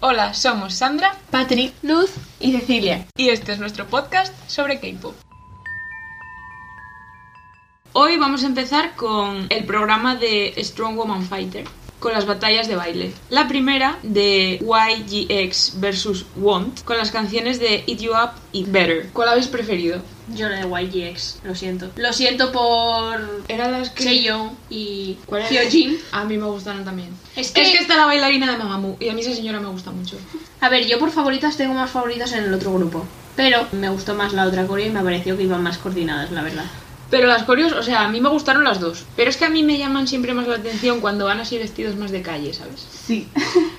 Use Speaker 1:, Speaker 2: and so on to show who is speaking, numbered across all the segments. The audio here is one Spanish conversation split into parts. Speaker 1: Hola, somos Sandra,
Speaker 2: Patrick, Luz y Cecilia.
Speaker 1: y este es nuestro podcast sobre K-pop. Hoy vamos a empezar con el programa de Strong Woman Fighter, con las batallas de baile. La primera de YGX vs Want, con las canciones de Eat You Up y Better. ¿Cuál habéis preferido?
Speaker 2: Yo la de YGX, lo siento. Lo siento por
Speaker 1: Eran las que.
Speaker 2: Seiyo y
Speaker 1: ¿Cuál era?
Speaker 2: Hyojin.
Speaker 1: A mí me gustaron también.
Speaker 2: Es
Speaker 1: Es
Speaker 2: que-
Speaker 1: que está la bailarina de Mamamoo y a mí esa señora me gusta mucho.
Speaker 2: A ver, yo por favoritas tengo más favoritas en el otro grupo. Pero me gustó más la otra coreo y me pareció que iban más coordinadas, la verdad.
Speaker 1: Pero las coreos, o sea, a mí me gustaron las dos. Pero es que a mí me llaman siempre más la atención cuando van así vestidos más de calle, ¿sabes?
Speaker 3: Sí.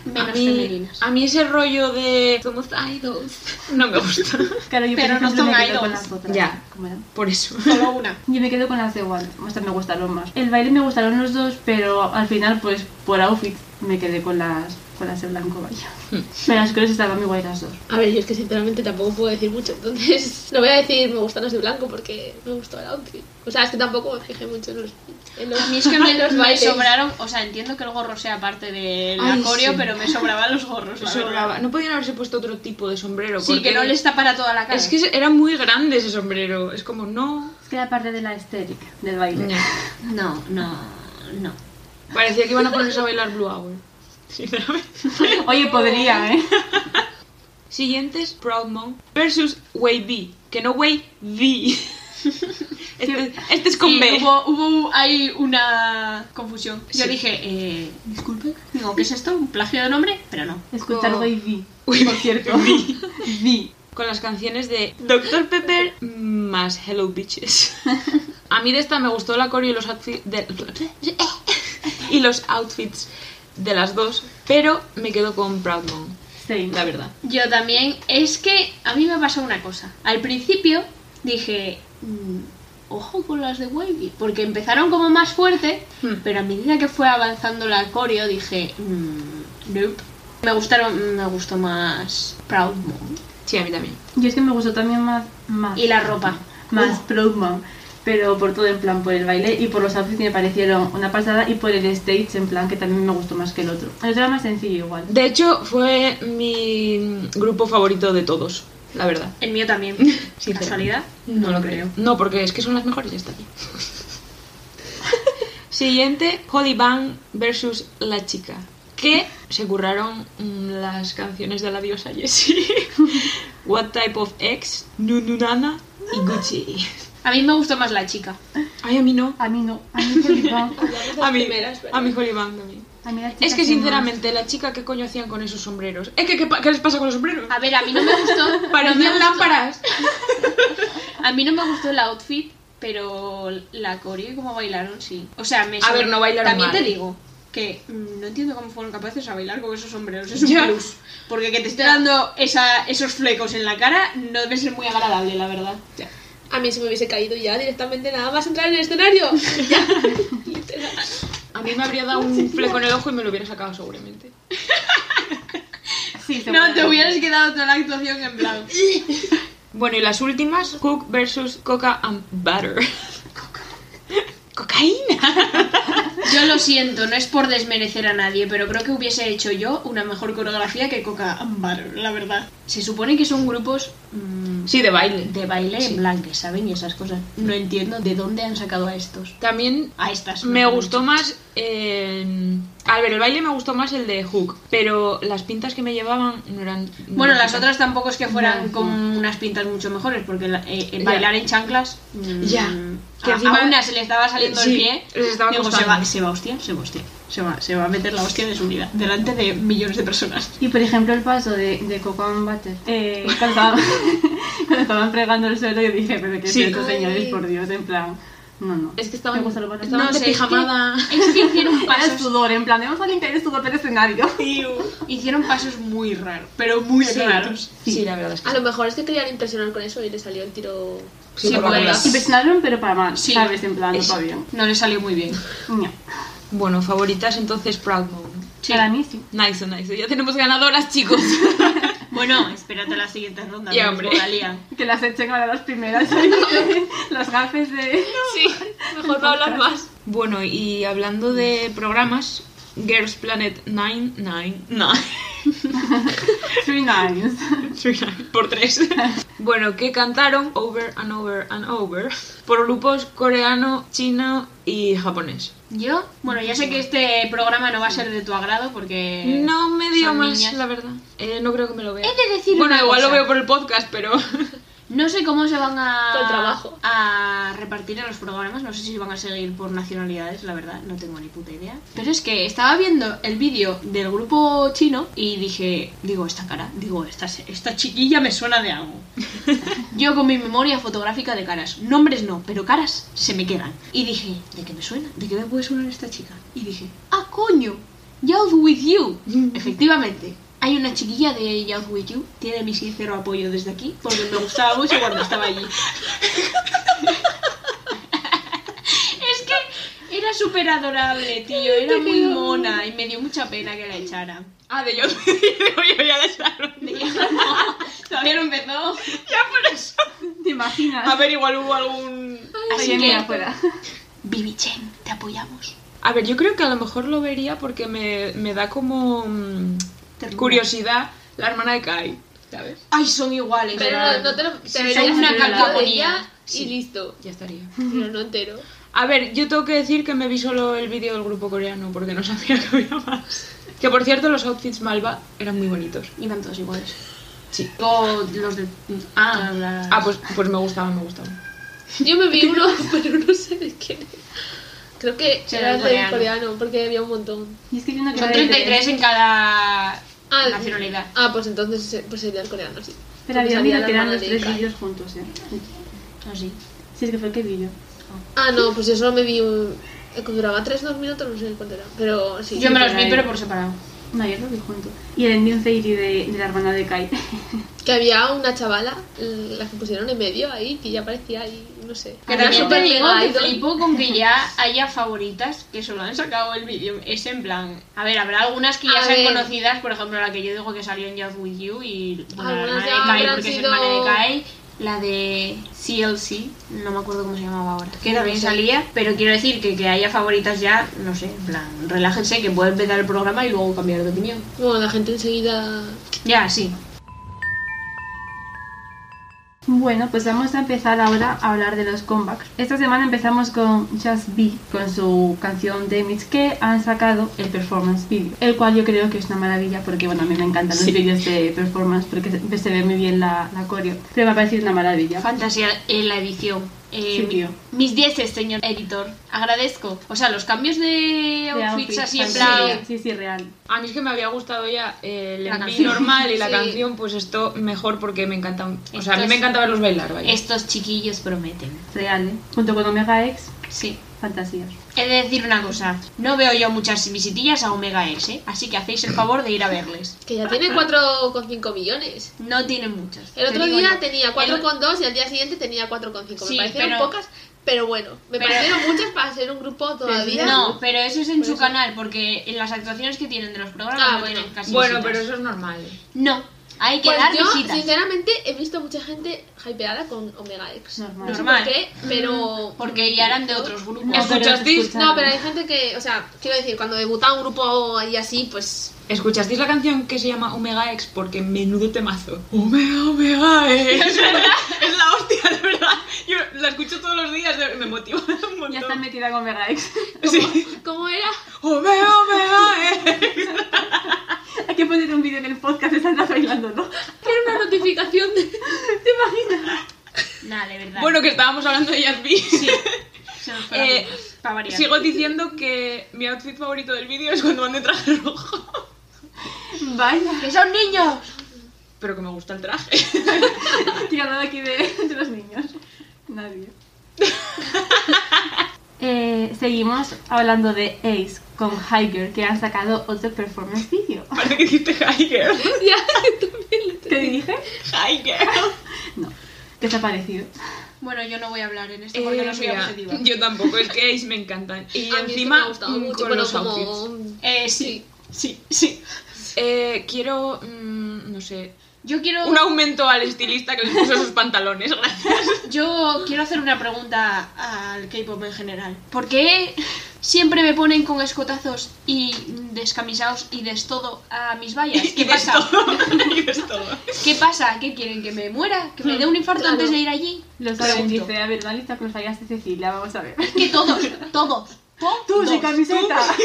Speaker 2: Menos
Speaker 1: a, mí,
Speaker 2: femeninas.
Speaker 1: a mí ese rollo de somos idols no me gusta.
Speaker 3: Claro, yo
Speaker 2: Pero
Speaker 3: por ejemplo,
Speaker 2: no son
Speaker 3: me quedo con
Speaker 2: idols.
Speaker 3: las otras.
Speaker 1: Ya.
Speaker 3: ¿Cómo eran?
Speaker 1: Por eso.
Speaker 2: Solo una.
Speaker 3: Yo me quedo con las de Wanda, o sea, me gustaron más. El baile me gustaron los dos, pero al final, pues, por outfit, me quedé con las, con las de blanco, vaya.
Speaker 1: Hmm.
Speaker 3: Pero las colores estaban muy guay las dos.
Speaker 4: A ver, yo es que sinceramente tampoco puedo decir mucho, entonces no voy a decir me gustan los de blanco porque me gustó el outfit. O sea, es que tampoco me fijé mucho en los, en los
Speaker 2: A mí es que me,
Speaker 4: en los
Speaker 2: me
Speaker 4: bailes.
Speaker 2: sobraron, o sea, entiendo que el gorro sea parte del
Speaker 1: Ay,
Speaker 2: acorio,
Speaker 1: sí.
Speaker 2: pero me sobraban los gorros. la
Speaker 1: Sobraba.
Speaker 2: verdad.
Speaker 1: No podían haberse puesto otro tipo de sombrero.
Speaker 2: Sí, que
Speaker 1: porque
Speaker 2: no les tapa para toda la cara.
Speaker 1: Es que era muy grande ese sombrero. Es como, no.
Speaker 3: Es que la parte de la estética del baile.
Speaker 1: No.
Speaker 2: No, no, no.
Speaker 1: Parecía que iban a ponerse a bailar Blue Hour. Sinceramente.
Speaker 3: Oye, podría, ¿eh?
Speaker 1: Siguientes, Proud Monk versus Way B. Que no Way B. Este, este es con
Speaker 2: Y
Speaker 1: B.
Speaker 2: hubo, hubo ahí una confusión. Yo
Speaker 1: Sí.
Speaker 2: dije, eh,
Speaker 3: Disculpe.
Speaker 2: digo, ¿qué es esto? ¿Un plagio de nombre? Pero no.
Speaker 3: Escuchar
Speaker 1: Con-
Speaker 3: Wavy,
Speaker 1: Uy,
Speaker 3: por cierto.
Speaker 1: vi.
Speaker 3: Vi.
Speaker 1: con las canciones de Dr. Pepper más Hello Bitches. A mí de esta me gustó la coreo y los outfits de... y los outfits de las dos, pero me quedo con Proud Mom,
Speaker 3: Sí.
Speaker 1: la verdad.
Speaker 2: Yo también. Es que a mí me pasó una cosa. Al principio dije, mm, ojo con las de Wavy, porque empezaron como más fuerte,
Speaker 1: Hmm.
Speaker 2: pero a medida que fue avanzando la coreo dije, mm, nope. Me gustaron, me gustó más Proud Mom
Speaker 1: Sí, a mí también.
Speaker 3: Yo es que me gustó también más. más
Speaker 2: y la ropa.
Speaker 3: más Proud Mom, pero por todo en plan por el baile y por los outfits que me parecieron una pasada y por el stage en plan que también me gustó más que el otro. El otro era más sencillo igual.
Speaker 1: De hecho, fue mi grupo favorito de todos, la verdad.
Speaker 2: El mío también.
Speaker 1: Sí, pero-
Speaker 2: ¿Casualidad?
Speaker 1: No, porque es que son las mejores y está aquí. Siguiente, Holy Bang versus La Chica. Que se curraron mm, las canciones de la diosa Jessie. What Type of Ex, Nununana y Gucci.
Speaker 2: A mí me gustó más la chica.
Speaker 1: Ay, a mí no.
Speaker 3: A mí no, a mí Holy Bang,
Speaker 4: Hablamos de
Speaker 1: A
Speaker 4: las
Speaker 1: mí,
Speaker 4: primeras, ¿verdad?
Speaker 1: a mí Holy Bang también.
Speaker 3: a mí la chica
Speaker 1: Es que
Speaker 3: más-
Speaker 1: sinceramente, la chica, ¿qué coño hacían con esos sombreros? ¿Eh? ¿Qué, qué, pa- qué les pasa con los sombreros?
Speaker 2: A ver, a mí no me gustó.
Speaker 1: Parecían lámparas.
Speaker 2: A mí no me gustó el outfit, pero la coreo y cómo bailaron, sí. O sea, me...
Speaker 1: A ver, no bailaron
Speaker 2: También
Speaker 1: mal.
Speaker 2: te digo que mm, no entiendo cómo fueron capaces a bailar con esos sombreros. Es un
Speaker 1: Ya.
Speaker 2: plus. Porque que te esté dando esa- esos flecos en la cara no debe ser muy agradable, la verdad.
Speaker 4: A mí se me hubiese caído ya directamente nada más entrar en el escenario. Ya. Literal.
Speaker 1: A mí me habría dado un fleco en el ojo y me lo hubiera sacado seguramente.
Speaker 3: Sí,
Speaker 2: No, te
Speaker 3: seguramente.
Speaker 2: hubieras quedado toda la actuación en blanco.
Speaker 1: Bueno, y las últimas, Cook versus Coca and Butter. Cocaína.
Speaker 2: Yo lo siento, no es por desmerecer a nadie, pero creo que hubiese hecho yo una mejor coreografía que Coca Ambar, la verdad. Se supone que son grupos mm,
Speaker 1: Sí, de baile.
Speaker 2: de baile
Speaker 1: Sí.
Speaker 2: en blanque, ¿saben? Y esas cosas. No entiendo de dónde han sacado a estos.
Speaker 1: También
Speaker 2: A estas.
Speaker 1: me
Speaker 2: mejor
Speaker 1: gustó
Speaker 2: dicho.
Speaker 1: más. eh, al ver, el baile me gustó más el de Hook, pero las pintas que me llevaban no eran. no
Speaker 2: Bueno,
Speaker 1: eran-
Speaker 2: las otras tampoco es que fueran
Speaker 3: No,
Speaker 2: con unas pintas mucho mejores, porque la- eh, eh,
Speaker 1: Ya.
Speaker 2: bailar en chanclas. mm,
Speaker 1: Ya. Que
Speaker 2: a,
Speaker 1: encima-
Speaker 2: a una se le estaba saliendo
Speaker 1: Sí,
Speaker 2: el pie.
Speaker 1: les estaba
Speaker 2: Digo, se
Speaker 1: costando.
Speaker 2: va, se va a hostiar, se va a hostiar. Se va, se va a meter la hostia de su vida, delante de millones de personas.
Speaker 3: Y por ejemplo el paso de, de Coco and Butter, eh, cuando, estaban, cuando estaban fregando el suelo yo dije, pero que
Speaker 1: Sí.
Speaker 3: estos señores, por Dios, en plan, no, no.
Speaker 1: Es que estaban,
Speaker 3: Me gusta lo bueno.
Speaker 1: estaban
Speaker 2: No
Speaker 1: de
Speaker 2: sé, es que-
Speaker 1: pijamada.
Speaker 2: Es que hicieron
Speaker 3: Era el
Speaker 2: pasos
Speaker 3: sudor, en plan, vamos a limpiar el sudor del escenario.
Speaker 2: Hicieron pasos muy raros, pero muy
Speaker 1: Sí.
Speaker 2: raros.
Speaker 1: Sí. la verdad es que.
Speaker 4: A lo mejor es que querían impresionar con eso y le salió el tiro.
Speaker 1: Sí,
Speaker 2: Sí,
Speaker 1: por
Speaker 2: puede.
Speaker 1: la-
Speaker 3: Y personaron, pero para mal,
Speaker 2: Sí.
Speaker 3: ¿sabes? En plan, no
Speaker 2: Es-
Speaker 3: para bien.
Speaker 2: No le salió muy bien.
Speaker 3: No.
Speaker 1: Bueno, favoritas entonces Proud Mode.
Speaker 2: Sí.
Speaker 3: Para mí sí.
Speaker 1: Nice, nice. Ya tenemos ganadoras, chicos.
Speaker 2: Bueno, espérate a la siguiente ronda.
Speaker 1: Ya,
Speaker 2: no
Speaker 1: hombre.
Speaker 2: nos valía.
Speaker 3: Que las echen ahora las primeras. los gafes de.
Speaker 4: Sí, mejor no hablar más.
Speaker 1: Bueno, y hablando de programas, Girls Planet 999.
Speaker 3: Three nines.
Speaker 1: por tres. bueno, que cantaron Over and Over and Over por grupos coreano, chino y japonés.
Speaker 2: Yo, bueno, ya sé que este programa no va a ser de tu agrado porque.
Speaker 4: Eh,
Speaker 1: No me dio
Speaker 2: son
Speaker 1: más,
Speaker 2: niñas.
Speaker 1: la verdad. Eh, no creo que me lo vea.
Speaker 2: He de decir
Speaker 1: Bueno,
Speaker 2: una
Speaker 1: igual lo
Speaker 2: cosa.
Speaker 1: veo por el podcast, pero...
Speaker 2: No sé cómo se van a.
Speaker 4: Con trabajo.
Speaker 2: A repartir en los programas. No sé si van a seguir por nacionalidades, la verdad. No tengo ni puta idea. Pero es que estaba viendo el vídeo del grupo chino y dije. Digo, esta cara. Digo, esta, se- esta chiquilla me suena de algo. Yo con mi memoria fotográfica de caras. Nombres no, pero caras se me quedan. Y dije, ¿de qué me suena? ¿De qué me puede sonar esta chica? Y dije, ¡ah, coño! Youth with you. Efectivamente. Hay una chiquilla de Youth with you. Tiene mi sincero apoyo desde aquí. Porque me gustaba mucho cuando estaba allí. es que era súper adorable, tío. Era muy mona. Y me dio mucha pena que la echaran.
Speaker 1: ah, de yo. Digo, yo ya la echaron.
Speaker 2: Todavía no empezó.
Speaker 1: Ya por eso.
Speaker 3: ¿Te imaginas?
Speaker 1: A ver, igual hubo algún...
Speaker 2: Así
Speaker 3: Alguien
Speaker 2: que,
Speaker 3: afuera.
Speaker 2: Bibi Chen, te apoyamos.
Speaker 1: A ver, yo creo que a lo mejor lo vería porque me, me da como mm,
Speaker 2: Ternura.
Speaker 1: curiosidad la hermana de Kai, ¿sabes?
Speaker 2: Ay, son iguales.
Speaker 4: Pero no, no te lo. Te
Speaker 2: Sí,
Speaker 4: verías
Speaker 2: son una
Speaker 4: el video de
Speaker 2: calcamonía.
Speaker 4: ella y
Speaker 2: Sí.
Speaker 4: listo.
Speaker 1: Ya estaría.
Speaker 4: Pero no entero.
Speaker 1: A ver, yo tengo que decir que me vi solo el vídeo del grupo coreano porque no sabía que había más. Que por cierto, los outfits Malva eran muy bonitos.
Speaker 2: Iban todos iguales.
Speaker 1: Sí.
Speaker 2: O los de. Ah,
Speaker 1: Ah, pues, pues me gustaban, me gustaban.
Speaker 4: Yo me vi uno, pero no sé de quién era. Creo que
Speaker 2: Sí,
Speaker 4: era
Speaker 2: era
Speaker 4: del
Speaker 2: coreano.
Speaker 4: coreano, porque había un montón.
Speaker 3: Y es que tiene una
Speaker 2: son
Speaker 3: cara de-
Speaker 2: 33 en cada
Speaker 4: Ah, el-
Speaker 2: nacionalidad.
Speaker 4: Ah, pues entonces eh, pues sería el coreano, sí.
Speaker 3: Pero había
Speaker 4: Porque salía
Speaker 3: uno
Speaker 4: la
Speaker 3: que eran
Speaker 4: hermana
Speaker 3: los
Speaker 4: de
Speaker 3: tres
Speaker 4: Kai.
Speaker 3: vídeos juntos, ¿eh?
Speaker 2: Así.
Speaker 3: Sí, es que fue el que vi yo.
Speaker 4: Ah, no, pues yo solo me vi un... eh, que duraba 3-2 minutos, no sé cuánto era. Pero sí.
Speaker 2: Yo me los
Speaker 3: por
Speaker 2: vi,
Speaker 3: ahí.
Speaker 2: pero por separado.
Speaker 3: No, yo lo vi junto. Y el Ending Fairy de, de la hermana de Kai.
Speaker 4: Que había una chavala, l- la que pusieron en medio ahí, que ya parecía ahí, no sé.
Speaker 2: Que
Speaker 4: Era
Speaker 2: también te
Speaker 4: súper
Speaker 2: digo
Speaker 4: mega
Speaker 2: que
Speaker 4: idol.
Speaker 2: Ah, flipo con que ya haya favoritas que solo han sacado el vídeo. Es en plan. A ver, habrá algunas que ya
Speaker 4: A
Speaker 2: sean
Speaker 4: ver.
Speaker 2: conocidas, por ejemplo, la que yo digo que salió en Just With You y. Bueno, la hermana
Speaker 4: Algunas
Speaker 2: de
Speaker 4: ya
Speaker 2: Kai,
Speaker 4: habrán
Speaker 2: porque
Speaker 4: sido-
Speaker 2: es hermana de Kai. La de CLC, no me acuerdo cómo se llamaba ahora, que también
Speaker 4: sé.
Speaker 2: salía, pero quiero decir que que haya favoritas ya, no sé, en plan, relájense, que pueden empezar el programa y luego cambiar de opinión.
Speaker 4: Bueno, la gente enseguida...
Speaker 2: Ya, sí.
Speaker 3: Bueno, pues vamos a empezar ahora a hablar de los comebacks. Esta semana empezamos con Just Be, con su canción Damage, que han sacado el performance video, el cual yo creo que es una maravilla porque, bueno, a mí me encantan los
Speaker 1: Sí.
Speaker 3: vídeos de performance porque se, pues, se ve muy bien la, la coreo, pero me ha parecido una maravilla.
Speaker 2: Fantasía en la edición. Eh,
Speaker 3: Sí,
Speaker 2: mi-
Speaker 3: tío.
Speaker 2: Mis dieces, señor editor. Agradezco. O sea, los cambios de
Speaker 3: De
Speaker 2: outfits
Speaker 3: outfits,
Speaker 2: así en
Speaker 3: fantasía.
Speaker 2: plan.
Speaker 3: Sí, sí, real.
Speaker 1: A mí es que me había gustado ya eh, el
Speaker 2: La
Speaker 1: MV
Speaker 2: canción.
Speaker 1: normal y la
Speaker 4: Sí.
Speaker 1: canción, pues esto mejor porque me encantan. O sea, a mí
Speaker 2: Estos-
Speaker 1: me encanta verlos bailar, vaya.
Speaker 2: Estos chiquillos prometen.
Speaker 3: Real, ¿eh? Junto con Omega X,
Speaker 2: Sí.
Speaker 3: fantasías.
Speaker 2: He de decir una cosa. No veo yo muchas visitillas a Omega S, ¿eh? así que hacéis el favor de ir a verles.
Speaker 4: Que ya tiene 4,5 millones.
Speaker 2: No tienen muchas.
Speaker 4: El
Speaker 2: te
Speaker 4: otro
Speaker 2: digo
Speaker 4: día
Speaker 2: yo.
Speaker 4: tenía
Speaker 2: El-
Speaker 4: 4,2 y al día siguiente tenía 4,5.
Speaker 2: Sí,
Speaker 4: me parecieron
Speaker 2: pero-
Speaker 4: pocas, pero bueno, me
Speaker 2: pero-
Speaker 4: parecieron muchas para ser un grupo todavía.
Speaker 2: No, pero eso es en
Speaker 4: Pues
Speaker 2: su
Speaker 4: sí.
Speaker 2: canal, porque en las actuaciones que tienen de los programas
Speaker 4: Ah,
Speaker 2: no
Speaker 4: bueno.
Speaker 2: tienen casi
Speaker 1: bueno,
Speaker 2: visitas.
Speaker 1: pero eso es normal.
Speaker 2: No, hay que
Speaker 4: Pues
Speaker 2: dar
Speaker 4: yo,
Speaker 2: visitas.
Speaker 4: sinceramente, he visto mucha gente hypeada con Omega X.
Speaker 3: Normal.
Speaker 4: No sé
Speaker 2: Normal.
Speaker 4: por qué, pero...
Speaker 2: Porque ya eran de otros grupos.
Speaker 3: No, pero
Speaker 1: ¿Escuchasteis?
Speaker 3: escucharon.
Speaker 4: No, pero hay gente que, o sea, quiero decir, cuando debuta un grupo y así, pues...
Speaker 1: ¿Escuchasteis la canción que se llama Omega X? Porque menudo temazo. Omega, Omega X. Es verdad, es la hostia, de verdad. Yo la escucho todos los días, me motiva un montón.
Speaker 3: Ya está metida con Omega X.
Speaker 1: Sí.
Speaker 4: ¿Cómo era?
Speaker 1: Omega, Omega X.
Speaker 3: Hay que poner un vídeo en el podcast, están bailando, ¿no?
Speaker 4: Era una notificación de...
Speaker 3: ¿Te imaginas?
Speaker 2: Nada, de verdad.
Speaker 1: Bueno, que estábamos hablando de Jazz Sí.
Speaker 2: Se nos fue la
Speaker 1: Eh,
Speaker 2: pinza, pa' variar.
Speaker 1: sigo diciendo que mi outfit favorito del vídeo es cuando van de traje rojo.
Speaker 3: Vaya.
Speaker 2: ¡Que son niños!
Speaker 1: Pero que me gusta el traje.
Speaker 3: ¿Quién ha hablado aquí de, de los niños? Nadie. Eh, seguimos hablando de Ace con Higer, que han sacado otro performance video.
Speaker 1: Parece que dijiste Hi Girl.
Speaker 4: ya, también lo
Speaker 3: ¿Qué dije?
Speaker 1: Hi Girl.
Speaker 3: No. Desaparecido.
Speaker 2: Bueno, yo no voy a hablar en esto porque
Speaker 1: Eh,
Speaker 2: no soy
Speaker 1: mira,
Speaker 2: objetiva.
Speaker 1: yo tampoco, es que Ace me encantan. Y
Speaker 4: A mí esto me ha
Speaker 1: encima
Speaker 4: gustado
Speaker 1: mm,
Speaker 4: mucho,
Speaker 1: con
Speaker 4: bueno,
Speaker 1: los
Speaker 4: como...
Speaker 1: outfits.
Speaker 2: Eh, sí, sí, sí.
Speaker 1: Eh, quiero, mm, no sé,
Speaker 2: Yo quiero,
Speaker 1: Un aumento al estilista que les puso sus pantalones, gracias.
Speaker 2: yo quiero hacer una pregunta al K-pop en general. ¿Por qué siempre me ponen con escotazos y descamisados y des todo a mis vallas?
Speaker 1: Y
Speaker 2: ¿Qué
Speaker 1: ves
Speaker 2: pasa?
Speaker 1: todo, y ves todo.
Speaker 2: ¿Qué pasa? ¿Qué quieren? ¿Que me muera? ¿Que me dé un infarto
Speaker 4: Claro.
Speaker 2: antes de ir allí?
Speaker 3: Lo saben,
Speaker 2: Pregunto.
Speaker 3: dice, a ver, una lista con las fallas de Cecilia, vamos a ver.
Speaker 2: Que todos, todos.
Speaker 3: Tú,
Speaker 2: todos.
Speaker 3: sin camiseta.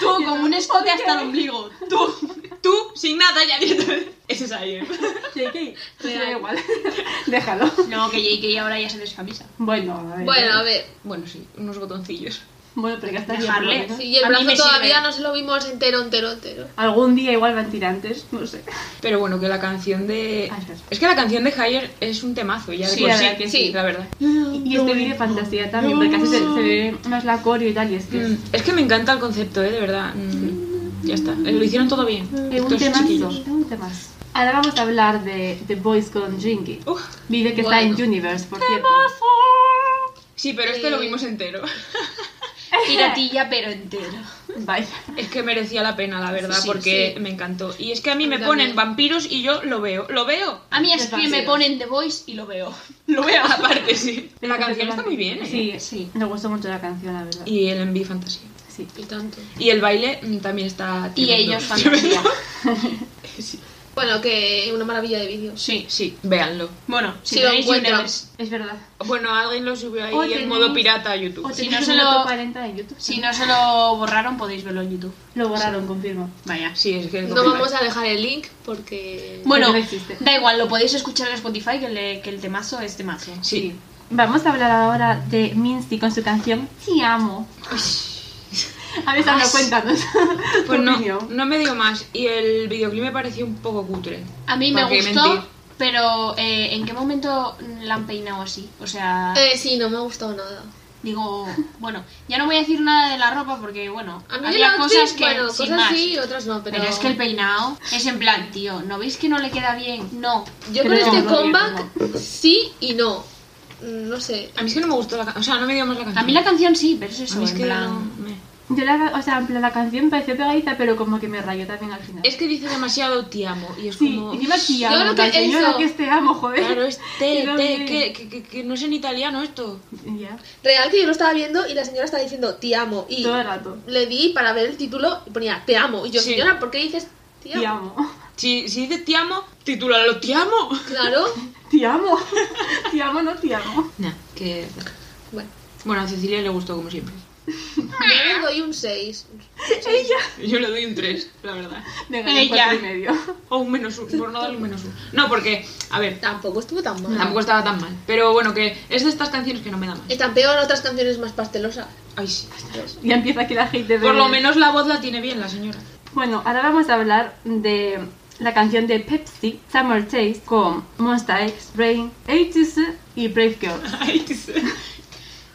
Speaker 2: Tú, con un escote hasta el ombligo.
Speaker 1: Tú, tú, sin nada, ya directamente. Ese es ayer.
Speaker 3: JK, te da
Speaker 4: Real.
Speaker 3: igual. Déjalo.
Speaker 2: No, que JK ahora ya se descamisa.
Speaker 3: Bueno, a ver.
Speaker 4: Bueno, a ver.
Speaker 1: Bueno, sí, unos botoncillos.
Speaker 3: Bueno, pero que hasta
Speaker 2: Dejarle,
Speaker 3: bien, por lo menos.
Speaker 4: Sí, y el
Speaker 2: A mí me
Speaker 4: brazo todavía
Speaker 2: sirve.
Speaker 4: no se lo vimos entero, entero, entero.
Speaker 3: Algún día igual van tirantes, no sé.
Speaker 1: Pero bueno, que la canción de.
Speaker 3: Ah, es verdad.
Speaker 1: Es que la canción de Higher es un temazo, ya de
Speaker 3: Sí,
Speaker 1: por
Speaker 3: la verdad que
Speaker 4: sí.
Speaker 1: la verdad.
Speaker 3: Y este vídeo fantasía también, porque así se, se ve más la coreo y tal, y es que es-
Speaker 1: Mm, Es que me encanta el concepto, ¿eh? De verdad. Mm, ya está. eh, Lo hicieron todo bien.
Speaker 3: es un
Speaker 1: Estos
Speaker 3: temazo,
Speaker 1: chiquillos.
Speaker 3: es un temazo. Ahora vamos a hablar de The Boys con Jinky.
Speaker 1: Uf.
Speaker 3: Vídeo que
Speaker 4: Bueno.
Speaker 3: está en Universe, por cierto.
Speaker 1: Sí, pero este lo
Speaker 4: Eh.
Speaker 1: vimos entero.
Speaker 2: Piratilla, pero entero.
Speaker 3: Vaya.
Speaker 1: Es que merecía la pena, la verdad,
Speaker 4: Sí,
Speaker 1: porque
Speaker 4: sí.
Speaker 1: me encantó. Y es que a mí me
Speaker 4: Yo
Speaker 1: ponen
Speaker 4: también.
Speaker 1: vampiros y yo lo veo. ¡Lo veo!
Speaker 2: A mí es que me ponen The Voice y lo veo. Lo veo.
Speaker 1: Aparte, sí. La canción está muy bien, ¿eh?
Speaker 3: Sí,
Speaker 2: Sí.
Speaker 3: sí. Me gustó mucho la canción, la verdad.
Speaker 1: Y el envío fantasía.
Speaker 3: Sí.
Speaker 4: Y tanto.
Speaker 1: Y el baile mm, también está.
Speaker 2: Y
Speaker 1: tremendo.
Speaker 2: ellos fantasía.
Speaker 1: Sí,
Speaker 4: Bueno, que una maravilla de vídeos.
Speaker 2: Sí.
Speaker 1: sí, véanlo.
Speaker 2: Bueno, si
Speaker 4: Sí, lo
Speaker 2: tenéis
Speaker 4: encuentro.
Speaker 2: Universe,
Speaker 3: Es verdad.
Speaker 1: Bueno, alguien lo subió ahí
Speaker 3: O
Speaker 1: en
Speaker 3: Oh, tenéis- Oh,
Speaker 1: modo pirata a
Speaker 3: O
Speaker 1: YouTube.
Speaker 2: Si
Speaker 3: tenéis
Speaker 2: no
Speaker 3: un
Speaker 2: se lo-
Speaker 3: top 40 en YouTube.
Speaker 2: si no se lo borraron, podéis verlo en YouTube.
Speaker 3: Lo borraron, confirmo.
Speaker 2: Vaya.
Speaker 1: Sí, es que.
Speaker 4: No vamos a dejar el link porque.
Speaker 2: Bueno,
Speaker 3: no existe.
Speaker 2: da igual, lo podéis escuchar en Spotify, que, le- que el temazo es temazo.
Speaker 1: Sí.
Speaker 3: Vamos a hablar ahora de Minsky con su canción Te amo. A ver, Sandra, cuéntanos.
Speaker 1: Pues
Speaker 3: tu
Speaker 1: no,
Speaker 3: opinión.
Speaker 1: no me dio más. Y el videoclip me pareció un poco cutre.
Speaker 2: A mí me
Speaker 1: ¿Para qué
Speaker 2: gustó,
Speaker 1: mentir?
Speaker 2: pero eh, ¿en qué momento la han peinado así? O sea,
Speaker 4: Eh, sí, no me ha gustado nada.
Speaker 2: digo, bueno, ya no voy a decir nada de la ropa porque, bueno,
Speaker 4: A mí
Speaker 2: había
Speaker 4: el outfit,
Speaker 2: cosas que
Speaker 4: bueno,
Speaker 2: sin
Speaker 4: cosas
Speaker 2: más.
Speaker 4: sí, otras no, pero.
Speaker 2: Pero es que el peinado es en plan, tío, ¿no veis que no le queda bien? No.
Speaker 4: Yo con
Speaker 3: Pero
Speaker 4: este
Speaker 3: no, no,
Speaker 4: comeback sí y no. Mm, No sé.
Speaker 1: A mí es que no me gustó la canción. O sea, no me dio más la canción.
Speaker 2: A mí la canción sí, pero es
Speaker 1: A
Speaker 2: eso,
Speaker 1: mí es
Speaker 2: en
Speaker 1: que
Speaker 2: plan...
Speaker 1: no me-
Speaker 3: Yo la, o sea, en plan, la canción pareció pegadiza, pero como que me rayó también al final.
Speaker 1: Es que dice demasiado te amo. Y es
Speaker 3: sí,
Speaker 1: como.
Speaker 3: encima te amo,
Speaker 4: creo que
Speaker 3: tal señora,
Speaker 4: eso-
Speaker 3: que es te amo, joder.
Speaker 1: Claro, es te,
Speaker 3: Y no
Speaker 1: te,
Speaker 3: me-
Speaker 1: que, que, que- que no es en italiano esto.
Speaker 3: Ya,
Speaker 4: Real que yo lo estaba viendo y la señora estaba diciendo te amo. Y
Speaker 3: todo el rato.
Speaker 4: le di para ver el título y ponía te amo. Y yo,
Speaker 1: Sí.
Speaker 4: señora, ¿por qué dices te amo?
Speaker 3: Te amo.
Speaker 1: Si, si dice te amo, titúlalo te amo.
Speaker 4: Claro.
Speaker 3: Te amo. Te amo, no te amo.
Speaker 1: Nah, que.
Speaker 4: Bueno,
Speaker 1: Bueno, a Cecilia le gustó como siempre.
Speaker 4: yo le doy un 6.
Speaker 1: Yo le doy un 3, la verdad.
Speaker 3: Venga,
Speaker 2: Ella.
Speaker 3: yo cuatro y medio.
Speaker 1: O un menos 1, por no darle un menos 1. No, porque, a ver,
Speaker 4: Tampoco estuvo tan mal.
Speaker 1: tampoco estaba tan mal. Pero bueno, que es de estas canciones que no me da mal.
Speaker 4: Están peor otras canciones más pastelosas.
Speaker 1: Ay, sí.
Speaker 3: Ya empieza aquí la hate de
Speaker 1: Por lo
Speaker 3: bebé.
Speaker 1: menos la voz la tiene bien la señora.
Speaker 3: Bueno, ahora vamos a hablar de la canción de Pepsi, Summer Taste, con Monsta X, Brain, 80 y Brave Girls.
Speaker 1: Ay, qué sé.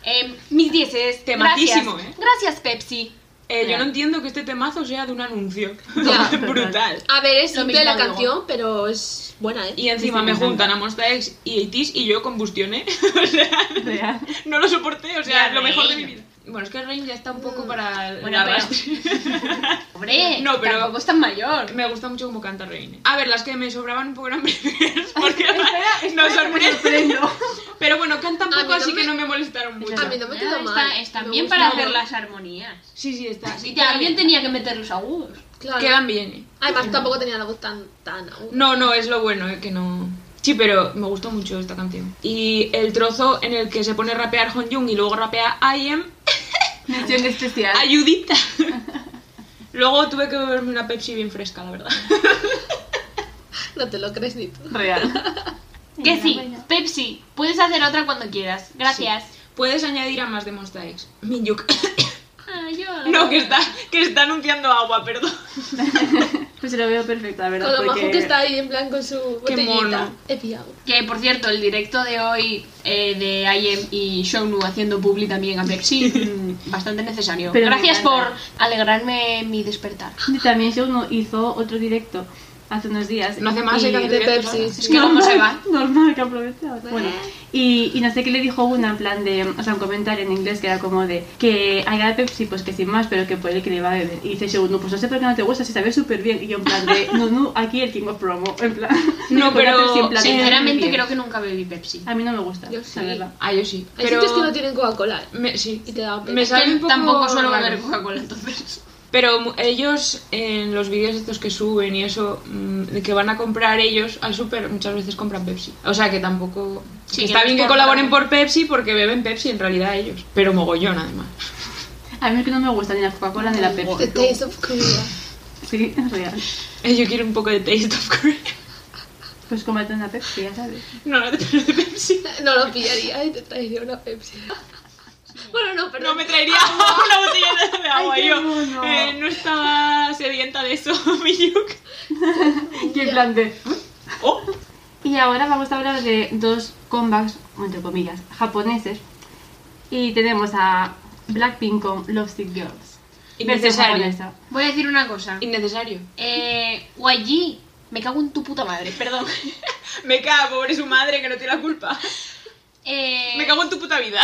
Speaker 2: Em, mis dieces,
Speaker 1: Tematísimo,
Speaker 2: gracias.
Speaker 1: ¿eh?
Speaker 2: Gracias, Pepsi.
Speaker 1: Eh, yo
Speaker 3: Ya.
Speaker 1: no entiendo que este temazo sea de un anuncio.
Speaker 4: Ya,
Speaker 1: Brutal.
Speaker 4: A ver, es
Speaker 2: Lo
Speaker 4: simple
Speaker 2: mismo
Speaker 4: la
Speaker 2: digo.
Speaker 4: canción, pero es buena, ¿eh?
Speaker 1: Y encima
Speaker 3: sí,
Speaker 1: me
Speaker 3: me encanta.
Speaker 1: juntan a Monsta X y ATs y yo combustioné. o sea,
Speaker 3: Real.
Speaker 1: no lo soporté, o sea,
Speaker 2: Ya,
Speaker 1: lo mejor de mi
Speaker 2: Rain.
Speaker 1: vida. Mm. Bueno, es que Rain ya está un poco para el
Speaker 2: Bueno, pero-
Speaker 1: arrastre.
Speaker 2: Hombre,
Speaker 1: No, pero-
Speaker 2: tampoco es tan mayor.
Speaker 1: Me gusta mucho cómo canta Rain. A ver, las que me sobraban un poco eran primeras porque
Speaker 3: espera,
Speaker 1: no
Speaker 3: me
Speaker 1: sorprende.
Speaker 3: sorprendo.
Speaker 1: Pero bueno, cantan
Speaker 4: A mí
Speaker 1: poco,
Speaker 4: no
Speaker 1: así
Speaker 4: me-
Speaker 1: que no me molestaron mucho.
Speaker 4: A mí no me quedó
Speaker 2: Nada,
Speaker 4: mal.
Speaker 2: está- están
Speaker 4: Me
Speaker 2: bien
Speaker 4: gusta.
Speaker 2: para hacer las armonías.
Speaker 1: Sí, sí, está. Sí,
Speaker 2: Y también tenía que meter los agudos.
Speaker 4: Claro.
Speaker 1: Quedan bien, eh.
Speaker 4: Además, tampoco tenía la voz tan, tan aguda.
Speaker 1: No, no, es lo bueno, eh, que no... Sí, pero me gustó mucho esta canción. Y el trozo en el que se pone a rapear Honjung y luego rapea I am,
Speaker 3: Mención especial.
Speaker 1: ayudita. luego tuve que beberme una Pepsi bien fresca, la verdad.
Speaker 4: No te lo crees ni tú.
Speaker 3: Real.
Speaker 2: Que sí, Pepsi, puedes hacer otra cuando quieras. Gracias.
Speaker 1: Puedes añadir a más de Monsta X. Minyuk.
Speaker 2: Ah, yo-
Speaker 1: no, que está, que está anunciando agua, perdón.
Speaker 3: Pues se lo veo perfecto, la
Speaker 4: Con
Speaker 3: verdad.
Speaker 4: lo
Speaker 3: porque...
Speaker 4: majo que está ahí, en plan, con su botellita.
Speaker 1: mono.
Speaker 4: He pillado.
Speaker 2: Que por cierto, el directo de hoy eh, de IM y Shownu haciendo publi también a Pepsi, mm, bastante necesario.
Speaker 3: Pero me
Speaker 2: Gracias por
Speaker 3: encanta.
Speaker 2: alegrarme mi despertar.
Speaker 3: Y También Show hizo otro directo hace unos días.
Speaker 1: No hace más
Speaker 3: Y-
Speaker 1: hay que hacer
Speaker 4: de
Speaker 1: directos
Speaker 4: Pepsi.
Speaker 1: ahora.
Speaker 2: Es que cómo se va.
Speaker 3: Normal que aprovechar. Bueno, y, y no sé qué le dijo una en plan de, o sea, un comentario en inglés que era como de que hay de Pepsi, pues que sin más, pero que por el que le va a beber. Y dice segundo, pues no sé por qué no te gusta, si sabe súper bien. Y yo en plan de, no, no, aquí el King of Promo, en plan.
Speaker 1: No,
Speaker 3: con la
Speaker 1: pero
Speaker 3: Pepsi en plan de,
Speaker 2: Sinceramente
Speaker 3: bien.
Speaker 2: creo que nunca bebí Pepsi.
Speaker 3: A mí no me gusta,
Speaker 4: Yo
Speaker 3: la
Speaker 4: sí.
Speaker 3: verdad.
Speaker 1: Ah, yo sí.
Speaker 4: Hay
Speaker 1: Pero
Speaker 4: sitios que no tienen Coca-Cola. ¿eh?
Speaker 1: me- sí.
Speaker 4: Y te da pena.
Speaker 1: Me sale un poco
Speaker 2: Tampoco suelo
Speaker 1: raro.
Speaker 2: beber Coca-Cola entonces.
Speaker 1: Pero mu- ellos, en los vídeos estos que suben y eso, mm, de que van a comprar ellos al súper, muchas veces compran Pepsi. O sea que tampoco...
Speaker 2: Sí, que
Speaker 1: Está
Speaker 2: no
Speaker 1: bien
Speaker 2: es
Speaker 1: que
Speaker 2: por-
Speaker 1: colaboren por Pepsi porque beben Pepsi en realidad ellos. Pero mogollón, además.
Speaker 3: A mí es que no me gusta ni la Coca-Cola ni la
Speaker 4: The
Speaker 3: Pepsi.
Speaker 4: taste of Korea.
Speaker 3: Sí, es real.
Speaker 1: Eh, Yo quiero un poco de Taste of Korea.
Speaker 3: Pues cómete una Pepsi, ya sabes.
Speaker 1: No, no te de Pepsi.
Speaker 4: No lo pillaría y te traería una Pepsi. Bueno, no,
Speaker 1: No
Speaker 4: perdón.
Speaker 1: me traería una botella de agua
Speaker 3: Ay, qué
Speaker 1: yo.
Speaker 3: mono.
Speaker 1: eh, no estaba sedienta de eso, mi yuk.
Speaker 3: Y en plan de...
Speaker 1: Oh.
Speaker 3: Y ahora vamos a hablar de dos comebacks, entre comillas, japoneses. Y tenemos a Blackpink con Love Sick Girls. Versión
Speaker 1: Innecesario.
Speaker 3: japonesa.
Speaker 2: Voy a decir una cosa.
Speaker 1: Innecesario.
Speaker 2: Eh, YG, me cago en tu puta madre, perdón.
Speaker 1: Me cago, pobre su madre que no tiene la culpa.
Speaker 2: Eh,
Speaker 1: Me cago en tu puta vida.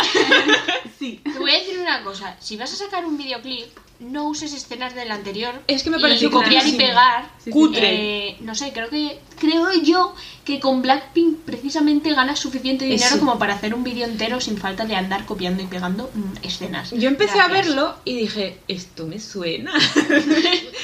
Speaker 3: Sí.
Speaker 2: Te voy a decir una cosa, si vas a sacar un videoclip, no uses escenas del anterior.
Speaker 1: Es que me
Speaker 2: y
Speaker 1: pareció
Speaker 2: copiar y
Speaker 1: clarísimo.
Speaker 2: pegar.
Speaker 3: Sí, sí,
Speaker 1: Cutre.
Speaker 2: Eh, no sé, creo que creo yo que con Blackpink precisamente ganas suficiente dinero
Speaker 1: Eso.
Speaker 2: como para hacer un vídeo entero sin falta de andar copiando y pegando mm, escenas.
Speaker 1: Yo empecé a
Speaker 2: Gracias.
Speaker 1: verlo y dije, esto me suena.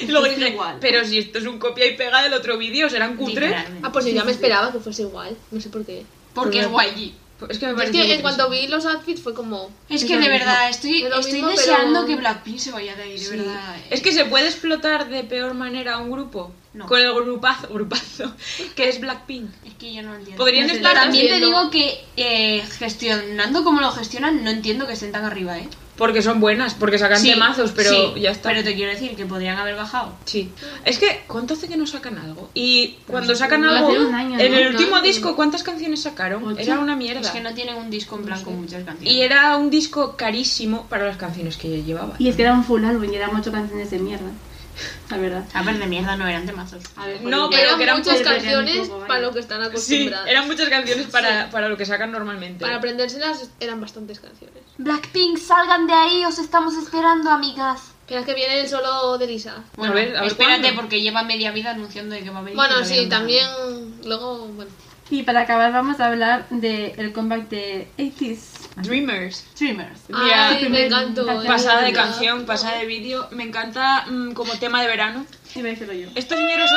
Speaker 1: Y Luego
Speaker 3: Es
Speaker 1: dije,
Speaker 3: igual.
Speaker 1: pero si esto es un copia y pega del otro vídeo, serán cutre.
Speaker 2: Literalmente.
Speaker 4: Ah, pues yo ya me esperaba que fuese igual. No sé por qué.
Speaker 2: Porque es YG.
Speaker 1: Es que me
Speaker 4: Es
Speaker 1: pareció.
Speaker 4: que
Speaker 1: muy
Speaker 4: en cuanto vi los outfits fue como.
Speaker 2: Es
Speaker 3: Es
Speaker 2: que
Speaker 3: lo
Speaker 2: de
Speaker 3: mismo.
Speaker 2: verdad estoy,
Speaker 4: Es lo
Speaker 2: estoy
Speaker 4: mismo, pero-
Speaker 2: deseando que Blackpink se vaya de ahí, de
Speaker 1: Sí.
Speaker 2: verdad. eh.
Speaker 1: Es que se puede explotar de peor manera a un grupo
Speaker 2: No.
Speaker 1: con el grupazo, grupazo que es Blackpink.
Speaker 2: Es que yo no entiendo.
Speaker 1: Podrían
Speaker 4: No sé,
Speaker 1: estar
Speaker 2: También te
Speaker 4: entiendo.
Speaker 2: digo que eh, gestionando como lo gestionan, no entiendo que estén tan arriba, ¿eh?
Speaker 1: porque son buenas, porque sacan
Speaker 2: Sí,
Speaker 1: temazos, pero
Speaker 2: sí,
Speaker 1: ya está.
Speaker 2: Pero te quiero decir que podrían haber bajado.
Speaker 1: Sí. Es que, ¿cuánto hace que no sacan algo? Y cuando sacan
Speaker 3: hace
Speaker 1: algo,
Speaker 3: un año,
Speaker 1: en
Speaker 3: Pues, ¿no?
Speaker 1: el último
Speaker 4: No,
Speaker 1: disco, ¿cuántas canciones sacaron?
Speaker 3: Ocho.
Speaker 1: Era una mierda.
Speaker 2: Es que no tienen un disco en blanco con muchas canciones.
Speaker 1: Y era un disco carísimo para las canciones que llevaba.
Speaker 3: Y es que era un full álbum y eran ocho canciones de mierda. La verdad.
Speaker 2: A ver, de mierda no eran temazos.
Speaker 3: A ver,
Speaker 1: No,
Speaker 3: joder.
Speaker 1: pero
Speaker 4: Eran
Speaker 1: que eran
Speaker 4: muchas
Speaker 3: pocas-
Speaker 4: canciones
Speaker 3: Poco, vaya.
Speaker 4: para lo que están
Speaker 1: Sí,
Speaker 4: acostumbradas.
Speaker 1: eran muchas canciones para, para lo que sacan normalmente.
Speaker 4: Para aprendérselas eran bastantes canciones.
Speaker 5: Blackpink, salgan de ahí, os estamos esperando, amigas.
Speaker 4: Pero es que viene el solo de Lisa.
Speaker 2: Bueno,
Speaker 1: a ver, a ver
Speaker 2: espérate
Speaker 1: cuándo.
Speaker 2: porque lleva media vida anunciando de que va a venir.
Speaker 4: Bueno,
Speaker 2: y
Speaker 4: sí,
Speaker 2: todavía
Speaker 4: también.
Speaker 2: no.
Speaker 4: Luego, bueno.
Speaker 3: Y para acabar vamos a hablar del comeback de 80s
Speaker 1: Dreamers.
Speaker 3: Streamers.
Speaker 1: Mira,
Speaker 4: Ay, me encantó.
Speaker 3: pasada
Speaker 1: Pasada de
Speaker 4: Mira.
Speaker 1: canción, pasada de vídeo. Me encanta mm, como tema de verano.
Speaker 3: Iba a decirlo yo.
Speaker 1: Estos señores.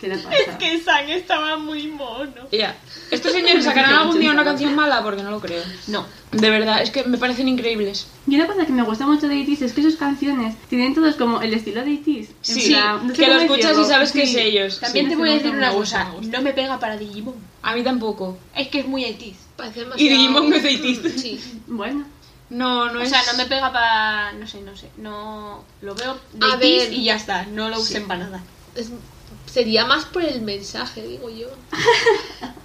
Speaker 3: ¿Qué le pasa? Es
Speaker 2: Que Sang estaba muy mono.
Speaker 1: Ya. Estos señores sacarán algún día una canción mala porque no lo creo.
Speaker 2: No.
Speaker 1: De verdad, es que me parecen increíbles.
Speaker 3: Y una cosa que me gusta mucho de 80s es que sus canciones tienen todos como el estilo de 80s. En
Speaker 1: Sí,
Speaker 3: plan, no sé
Speaker 1: que lo
Speaker 3: cómo
Speaker 1: escuchas y
Speaker 3: decirlo.
Speaker 1: sabes que
Speaker 3: Sí.
Speaker 1: es ellos.
Speaker 2: También
Speaker 1: Sí.
Speaker 2: te
Speaker 3: sí,
Speaker 2: voy a
Speaker 3: me
Speaker 2: decir
Speaker 3: gusta,
Speaker 2: una
Speaker 1: me gusta,
Speaker 2: cosa.
Speaker 1: me gusta.
Speaker 2: No me pega para Digimon.
Speaker 1: A mí tampoco.
Speaker 2: Es que es muy 80
Speaker 4: Parece
Speaker 1: Y
Speaker 4: demasiado-
Speaker 1: Digimon no es 80s.
Speaker 4: Sí.
Speaker 3: Bueno.
Speaker 1: No, no
Speaker 2: O
Speaker 1: es.
Speaker 2: sea, no me pega para. No sé, no sé. No. Lo veo de 80s
Speaker 4: A ver.
Speaker 2: y ya está. No lo usen para nada.
Speaker 4: Es- Sería más por el mensaje, digo yo.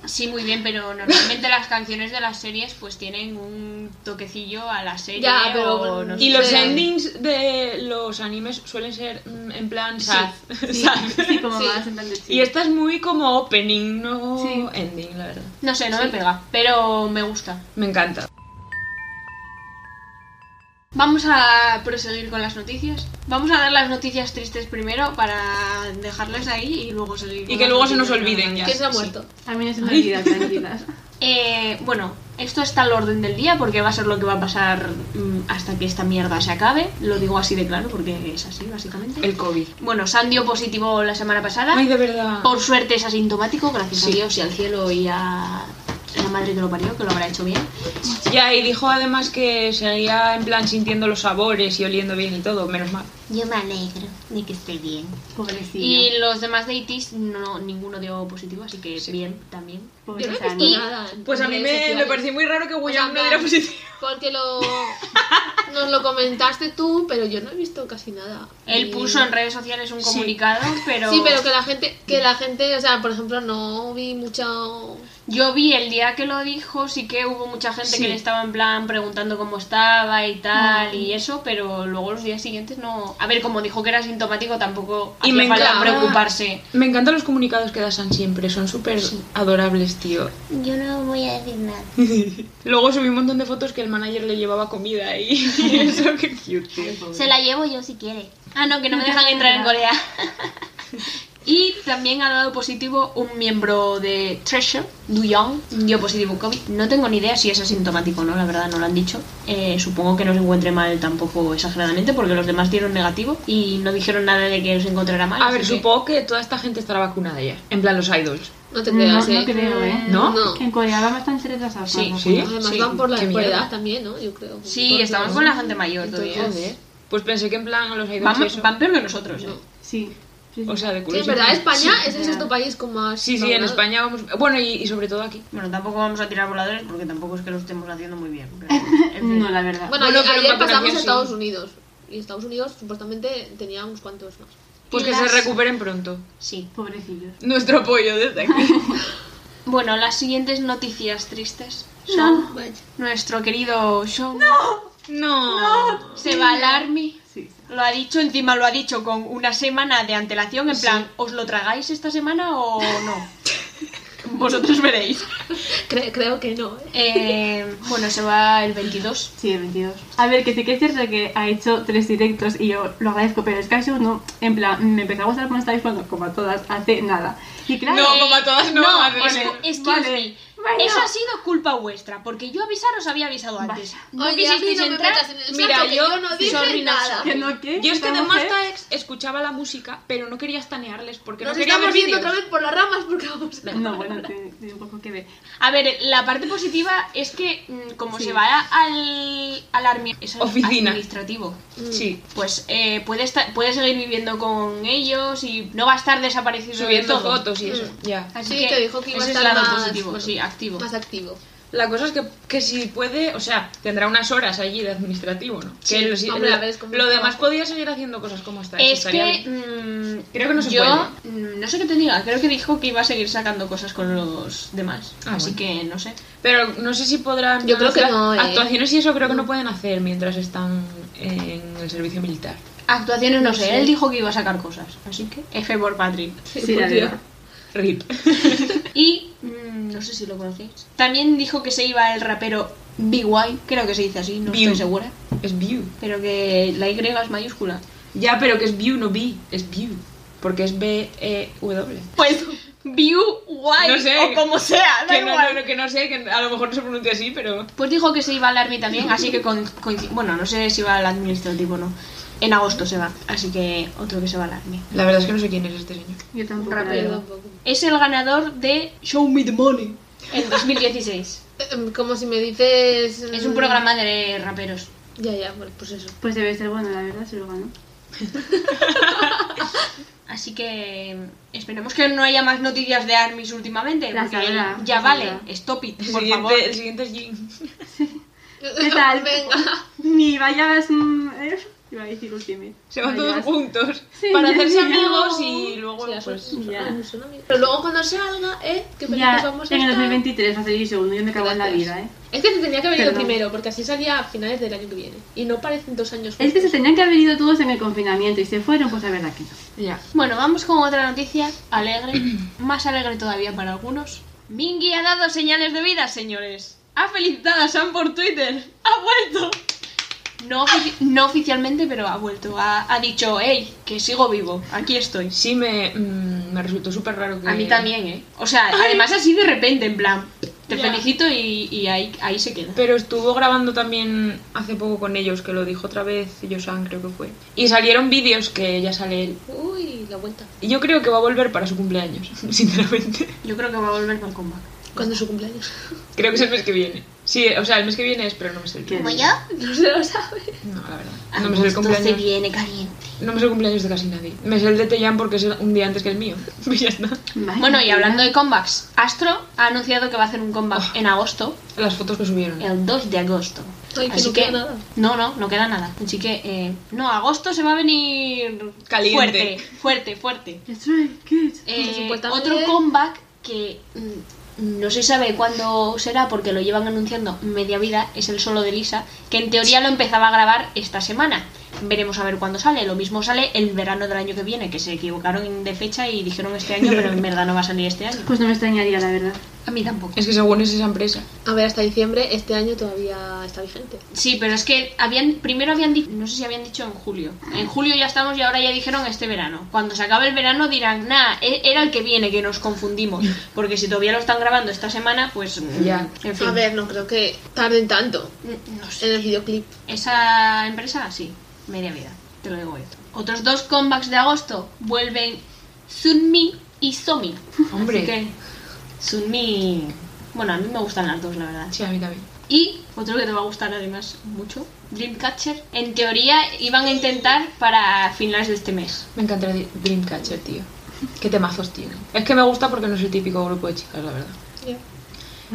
Speaker 2: Sí, muy bien, pero normalmente las canciones de las series pues tienen un toquecillo a la serie
Speaker 4: Ya, pero
Speaker 2: o no
Speaker 4: bueno,
Speaker 1: Y
Speaker 2: sé.
Speaker 1: los
Speaker 4: Sí.
Speaker 1: endings de los animes suelen ser mm, en plan sad.
Speaker 3: Sí,
Speaker 1: sad.
Speaker 3: sí, como
Speaker 4: Sí.
Speaker 3: más en plan de chill.
Speaker 1: Y esta es muy como opening, no
Speaker 3: Sí.
Speaker 1: ending, la verdad.
Speaker 2: No sé, no me pega, pero me gusta.
Speaker 1: Me encanta.
Speaker 2: Vamos a proseguir con las noticias. Vamos a dar las noticias tristes primero para dejarlas ahí y luego seguir. con
Speaker 1: Y que
Speaker 2: las
Speaker 1: luego se nos
Speaker 2: noticias
Speaker 1: olviden ya.
Speaker 4: ¿Quién se ha
Speaker 1: Sí.
Speaker 4: muerto?
Speaker 3: A mí no se me olvida, tranquilas.
Speaker 2: Eh, bueno, esto está al orden del día porque va a ser lo que va a pasar mm, hasta que esta mierda se acabe. Lo digo así de claro porque es así, básicamente.
Speaker 1: El COVID.
Speaker 2: Bueno, San dio positivo la semana pasada.
Speaker 1: Ay, de verdad.
Speaker 2: Por suerte es asintomático, gracias
Speaker 1: Sí.
Speaker 2: a Dios y al cielo y a la madre que lo parió, que lo habrá hecho bien.
Speaker 1: Ya, y dijo además que seguía en plan sintiendo los sabores y oliendo bien y todo, menos mal.
Speaker 5: Yo me alegro de que esté bien.
Speaker 3: Pobrecilla.
Speaker 2: Y los demás de ITIS, no, ninguno dio positivo, así que bien también.
Speaker 4: Yo no he
Speaker 3: Pobrecilla.
Speaker 4: visto nada. en
Speaker 1: Pues a mí
Speaker 4: redes
Speaker 1: me, me
Speaker 4: sociales.
Speaker 1: pareció muy raro que William
Speaker 4: O sea,
Speaker 1: no diera
Speaker 4: plan,
Speaker 1: positivo.
Speaker 4: Porque lo nos lo comentaste tú, pero yo no he visto casi nada.
Speaker 2: Él
Speaker 4: Y-
Speaker 2: puso en redes sociales un
Speaker 1: Sí.
Speaker 2: comunicado, pero...
Speaker 4: Sí, pero que la gente, que la gente, o sea, por ejemplo, no vi mucho
Speaker 2: Yo vi el día que lo dijo sí que hubo mucha gente
Speaker 1: Sí.
Speaker 2: que le estaba en plan preguntando cómo estaba y tal y eso, pero luego los días siguientes no... A ver, como dijo que era sintomático tampoco
Speaker 1: Y
Speaker 2: hacía
Speaker 1: me
Speaker 2: falta
Speaker 1: encanta.
Speaker 2: preocuparse.
Speaker 1: Me encantan los comunicados que da San siempre, son súper adorables, tío.
Speaker 6: Yo no voy a decir nada.
Speaker 1: Luego subí un montón de fotos que el manager le llevaba comida y eso, qué cute, tío.
Speaker 6: Se la llevo yo si quiere.
Speaker 2: Ah, no, que no me dejan entrar en Corea. y también ha dado positivo un miembro de Treasure, Duyong, dio positivo COVID. No tengo ni idea si es asintomático o no, la verdad no lo han dicho. Eh, supongo que no se encuentre mal tampoco exageradamente porque los demás dieron negativo y no dijeron nada de que se encontrara mal.
Speaker 1: A
Speaker 2: así
Speaker 1: ver,
Speaker 2: que-
Speaker 1: supongo que toda esta gente estará vacunada ya. En plan, los idols.
Speaker 4: No te
Speaker 3: No,
Speaker 4: creas,
Speaker 3: no
Speaker 4: ¿eh?
Speaker 3: creo, ¿eh?
Speaker 1: ¿No?
Speaker 4: No.
Speaker 3: En Corea van bastante retrasados.
Speaker 2: Sí,
Speaker 3: por
Speaker 1: sí.
Speaker 3: vacunar.
Speaker 4: Además
Speaker 1: Sí,
Speaker 4: van por la
Speaker 1: qué
Speaker 4: por
Speaker 1: mierda.
Speaker 4: edad también, ¿no? Yo creo.
Speaker 2: Sí, estamos con la gente mayor
Speaker 4: Entonces,
Speaker 2: todavía.
Speaker 4: joder.
Speaker 1: Pues pensé que en plan a los idols y
Speaker 2: Van,
Speaker 1: eso-
Speaker 2: van peor que nosotros, ¿eh?
Speaker 3: Sí. sí, sí.
Speaker 1: O sea, de
Speaker 4: Sí,
Speaker 1: culo.
Speaker 4: es verdad, España es el
Speaker 3: es
Speaker 4: sexto
Speaker 3: verdad.
Speaker 4: país con más.
Speaker 1: Sí, sí, en
Speaker 4: vacunados.
Speaker 1: España vamos... Bueno, y, y sobre todo aquí.
Speaker 2: Bueno, tampoco vamos a tirar voladores porque tampoco es que lo estemos haciendo muy bien. pero-
Speaker 3: no, la verdad.
Speaker 4: Bueno,
Speaker 1: Bueno,
Speaker 4: ayer,
Speaker 1: pero en
Speaker 4: ayer pasamos
Speaker 1: vacunación
Speaker 4: a
Speaker 1: sí.
Speaker 4: Estados Unidos. Y Estados Unidos supuestamente tenía unos cuantos más.
Speaker 1: Pues
Speaker 2: Y
Speaker 1: que
Speaker 2: las-
Speaker 1: se recuperen pronto.
Speaker 2: Sí.
Speaker 3: Pobrecillos.
Speaker 1: Nuestro apoyo desde aquí.
Speaker 2: Bueno, las siguientes noticias tristes son
Speaker 3: No.
Speaker 2: nuestro querido Sean
Speaker 1: No.
Speaker 2: se va al army.
Speaker 3: Sí.
Speaker 2: Lo ha dicho, encima lo ha dicho con una semana de antelación, en plan, ¿os lo tragáis esta semana o no? Vosotros veréis.
Speaker 4: Cre- creo que no. ¿eh?
Speaker 2: Eh, bueno, se va el 22.
Speaker 3: Sí, el 22. A ver, que sí que es cierto que ha hecho tres directos y yo lo agradezco, pero es que ha hecho uno, en plan, me empezó a gustar con esta cuando, como a todas, hace nada. Y claro,
Speaker 1: No, como a todas no, van a
Speaker 2: es,
Speaker 1: hacer.
Speaker 2: excuse
Speaker 3: vale,
Speaker 2: me.
Speaker 3: vale.
Speaker 2: Eso ha sido culpa vuestra, porque yo avisaros había avisado antes. No
Speaker 4: Oye, a mí
Speaker 2: quisisteis
Speaker 4: no me
Speaker 2: entrar.
Speaker 4: metas en el
Speaker 2: Mira,
Speaker 4: saco, que
Speaker 2: yo,
Speaker 4: yo no dije
Speaker 2: sorry, not
Speaker 4: nada.
Speaker 2: sorry.
Speaker 3: que no, ¿qué?
Speaker 1: Yo es que
Speaker 3: Esta
Speaker 1: de
Speaker 3: mujer-
Speaker 1: Mastaex escuchaba la música, pero no quería estanearles porque
Speaker 4: Nos
Speaker 1: no quería ver
Speaker 4: estamos viendo
Speaker 1: vídeos.
Speaker 4: otra vez por las ramas porque vamos a...
Speaker 3: No, bueno, tiene tiene un poco que ver.
Speaker 2: A ver, la parte positiva es que mm, como
Speaker 3: Sí.
Speaker 2: se va al, al armi- es el
Speaker 1: Oficina.
Speaker 2: administrativo,
Speaker 4: Mm.
Speaker 1: Sí.
Speaker 2: pues eh, puede, estar, puede seguir viviendo con ellos y no va a estar desaparecido de
Speaker 1: Subiendo
Speaker 2: todo.
Speaker 1: fotos y eso.
Speaker 4: Mm.
Speaker 1: Ya.
Speaker 2: Así
Speaker 4: Sí, que dijo que iba a
Speaker 2: ese es
Speaker 4: estar
Speaker 2: el lado
Speaker 4: más-
Speaker 2: positivo,
Speaker 4: bueno.
Speaker 2: sí, activo.
Speaker 4: Más activo.
Speaker 1: La cosa es que, que si puede, o sea, tendrá unas horas allí de administrativo, ¿no?
Speaker 2: Sí,
Speaker 1: que los-
Speaker 4: hombre,
Speaker 1: la-
Speaker 4: a ver, es como
Speaker 1: lo
Speaker 4: un
Speaker 1: demás
Speaker 4: trabajo.
Speaker 1: podía seguir haciendo cosas como esta.
Speaker 2: Es
Speaker 1: estaría
Speaker 2: que
Speaker 1: bien.
Speaker 2: mm,
Speaker 1: Creo que no se
Speaker 2: yo mm, no sé qué te diga, creo que dijo que iba a seguir sacando cosas con los demás,
Speaker 1: Ah,
Speaker 2: así
Speaker 1: bueno.
Speaker 2: que no sé.
Speaker 1: Pero no sé si podrán.
Speaker 4: Yo creo que
Speaker 1: hacer
Speaker 4: no, ¿eh?
Speaker 1: Actuaciones y eso creo que no pueden hacer mientras están en el servicio militar.
Speaker 2: Actuaciones no sé, él dijo que iba a sacar cosas, así que F por Patrick.
Speaker 3: Sí, la verdad.
Speaker 1: RIP.
Speaker 2: Y mm, no sé si lo conocéis. También dijo que se iba el rapero BY, creo que se dice así, no
Speaker 1: View.
Speaker 2: estoy segura.
Speaker 1: es view.
Speaker 2: Pero que la Y es mayúscula.
Speaker 1: Ya, pero que es view, no vi. Es view. Porque es E B-E-W.
Speaker 2: Pues View Y,
Speaker 1: No sé.
Speaker 2: o como sea, da
Speaker 1: Que no,
Speaker 2: igual.
Speaker 1: no, no, que no sé, que a lo mejor no se pronuncia así, pero.
Speaker 2: Pues dijo que se iba al Army también, así que con, coinci- bueno, no sé si va al administrativo o no. En agosto se va, así que otro que se va al Army.
Speaker 1: La verdad es que no sé quién es este señor.
Speaker 3: Yo tampoco. la
Speaker 4: Pero
Speaker 3: verdad.
Speaker 4: tampoco.
Speaker 2: Es el ganador de Show Me the Money en 2016.
Speaker 4: Eh, Como si me dices...
Speaker 2: es un
Speaker 4: mm,
Speaker 2: programa de raperos.
Speaker 4: Ya, ya, bueno, pues eso.
Speaker 3: Pues debe ser bueno, la verdad, se lo ganó.
Speaker 2: Así que mm, esperemos que no haya más noticias de ARMYs últimamente.
Speaker 3: Las
Speaker 2: porque
Speaker 3: habrá,
Speaker 2: ya
Speaker 3: las
Speaker 2: vale,
Speaker 3: habrá.
Speaker 2: stop it,
Speaker 1: El
Speaker 2: por
Speaker 1: siguiente,
Speaker 2: favor.
Speaker 1: el siguiente es Jin.
Speaker 3: ¿Qué tal?
Speaker 4: Venga.
Speaker 3: Ni vayas. mm, eh, iba a decir Ultimate.
Speaker 1: Se van todos
Speaker 3: Vayas.
Speaker 1: juntos
Speaker 3: Sí,
Speaker 1: para
Speaker 3: ya
Speaker 1: hacerse
Speaker 3: sé, ya.
Speaker 1: amigos y luego
Speaker 4: Sí, las
Speaker 1: pues...
Speaker 4: son-
Speaker 3: ya.
Speaker 4: son- son amigas. Pero luego cuando salga, ¿eh? ¿Qué películas
Speaker 3: Ya,
Speaker 4: vamos a
Speaker 3: en el
Speaker 4: estar?
Speaker 3: 2023 va a salir segundo, yo me cago en la
Speaker 4: Gracias.
Speaker 3: vida, ¿eh?
Speaker 4: Es que se tenía que haber ido
Speaker 3: Perdón.
Speaker 4: primero, porque así salía a finales del año que viene. Y no parecen dos años.
Speaker 3: Es que se
Speaker 4: juntos.
Speaker 3: tenían que haber ido todos en el confinamiento y se fueron, pues la verdad que no.
Speaker 1: Ya.
Speaker 2: Bueno, vamos con otra noticia alegre, más alegre todavía para algunos. Mingy ha dado señales de vida, señores. Ha felicitado a Sam por Twitter. ¡Ha vuelto! No, ofici- no oficialmente, pero ha vuelto. Ha, ha dicho, hey, que sigo vivo, aquí estoy.
Speaker 1: Sí, me, mm, me resultó súper raro que...
Speaker 2: A mí también, ¿eh? O sea, además así de repente, en plan, te
Speaker 1: Ya.
Speaker 2: felicito y, y ahí, ahí se queda.
Speaker 1: Pero estuvo grabando también hace poco con ellos, que lo dijo otra vez Yosan, creo que fue. Y salieron vídeos que ya sale él.
Speaker 4: Uy, la vuelta.
Speaker 1: Y Yo creo que va a volver para su cumpleaños, sinceramente.
Speaker 2: Yo creo que va a volver con comeback.
Speaker 4: ¿Cuándo es su cumpleaños?
Speaker 1: Creo que es el mes que viene. Sí, o sea, el mes que viene es, pero no me sé el día.
Speaker 6: ¿Como
Speaker 3: Sí.
Speaker 6: yo?
Speaker 4: No se lo sabe.
Speaker 1: No, la verdad.
Speaker 2: Ah,
Speaker 1: No me
Speaker 2: pues
Speaker 1: sé el
Speaker 6: Esto se
Speaker 1: cumpleaños.
Speaker 6: viene caliente.
Speaker 1: No me sé el cumpleaños de casi nadie. Me sé el de Teyan porque es un día antes que el mío. Y ya está.
Speaker 3: Vaya
Speaker 2: Bueno, y
Speaker 3: tela.
Speaker 2: hablando de comebacks, Astro ha anunciado que va a hacer un comeback
Speaker 1: Oh.
Speaker 2: en agosto,
Speaker 1: Las fotos que subieron.
Speaker 2: el 2 de agosto.
Speaker 4: Ay, que no queda nada.
Speaker 2: No, no, no queda nada. Así que, eh, no, agosto se va a venir
Speaker 1: Caliente.
Speaker 2: Fuerte, fuerte, fuerte.
Speaker 3: That's right, good.
Speaker 2: Eh,
Speaker 4: supuestamente-
Speaker 2: otro comeback que mm, no se sabe cuándo será porque lo llevan anunciando media vida, es el solo de Lisa, que en teoría lo empezaba a grabar esta semana. Veremos a ver cuándo sale. Lo mismo sale el verano del año que viene, que se equivocaron de fecha y dijeron este año, pero en verdad no va a salir este año.
Speaker 3: Pues no me extrañaría, la verdad.
Speaker 2: A mí tampoco.
Speaker 1: Es que según es esa empresa.
Speaker 4: A ver, hasta diciembre, este año todavía está vigente.
Speaker 2: Sí, pero es que habían primero habían dicho, no sé si habían dicho en julio. En julio ya estamos y ahora ya dijeron este verano. Cuando se acabe el verano dirán, nah, e- era el que viene que nos confundimos. Porque si todavía lo están grabando esta semana, pues mm,
Speaker 1: Ya.
Speaker 2: En fin.
Speaker 4: A ver, no creo que tarden tanto
Speaker 2: Mm, no sé.
Speaker 4: en el videoclip.
Speaker 2: Esa empresa, sí, media vida, te lo digo yo. Otros dos comebacks de agosto vuelven Sunmi y Somi.
Speaker 1: Hombre.
Speaker 2: Así que Sunmi... Bueno, a mí me gustan las dos, la verdad.
Speaker 1: Sí, a mí también.
Speaker 2: Y otro que te va a gustar además mucho, Dreamcatcher. En teoría iban a intentar para finales de este mes.
Speaker 1: Me encanta Dreamcatcher, tío. Qué temazos tiene. Es que me gusta porque no es el típico grupo de chicas, la verdad.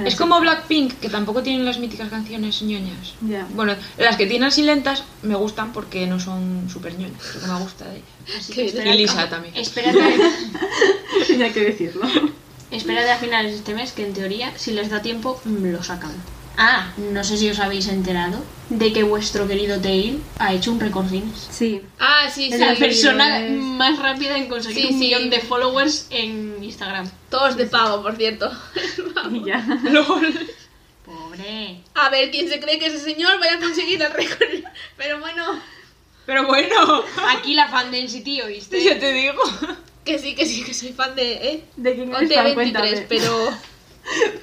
Speaker 1: Es como Blackpink, que tampoco tienen las míticas canciones ñoñas.
Speaker 3: Ya.
Speaker 1: Bueno, las que tienen así lentas me gustan porque no son súper ñoñas, lo que me gusta de ellas.
Speaker 2: Así
Speaker 4: Qué
Speaker 2: que
Speaker 4: bien.
Speaker 2: espérate-
Speaker 1: Y Lisa también.
Speaker 2: Espérate,
Speaker 3: Tenía que decirlo.
Speaker 2: espérate a finales de este mes que en teoría, si les da tiempo, mm, lo sacan. Ah, no sé si os habéis enterado de que vuestro querido Tail ha hecho un récord Guinness.
Speaker 3: Sí.
Speaker 4: Ah, sí, sí.
Speaker 3: Es
Speaker 2: La persona
Speaker 3: es-
Speaker 2: más rápida en conseguir
Speaker 4: Sí,
Speaker 2: un
Speaker 4: sí.
Speaker 2: millón de followers en Instagram.
Speaker 4: Todos de pago, por cierto.
Speaker 3: Y ya.
Speaker 2: Pobre.
Speaker 4: A ver, ¿quién se cree que ese señor vaya a conseguir el récord? Pero bueno,
Speaker 1: Pero bueno,
Speaker 2: Aquí la fan density, ¿oíste?
Speaker 1: ya te digo.
Speaker 4: que sí, que sí, que soy fan de... ¿eh?
Speaker 3: ¿De quién
Speaker 4: Hoy
Speaker 3: eres
Speaker 4: de
Speaker 3: fan?
Speaker 4: 23,
Speaker 3: Cuéntame.
Speaker 4: pero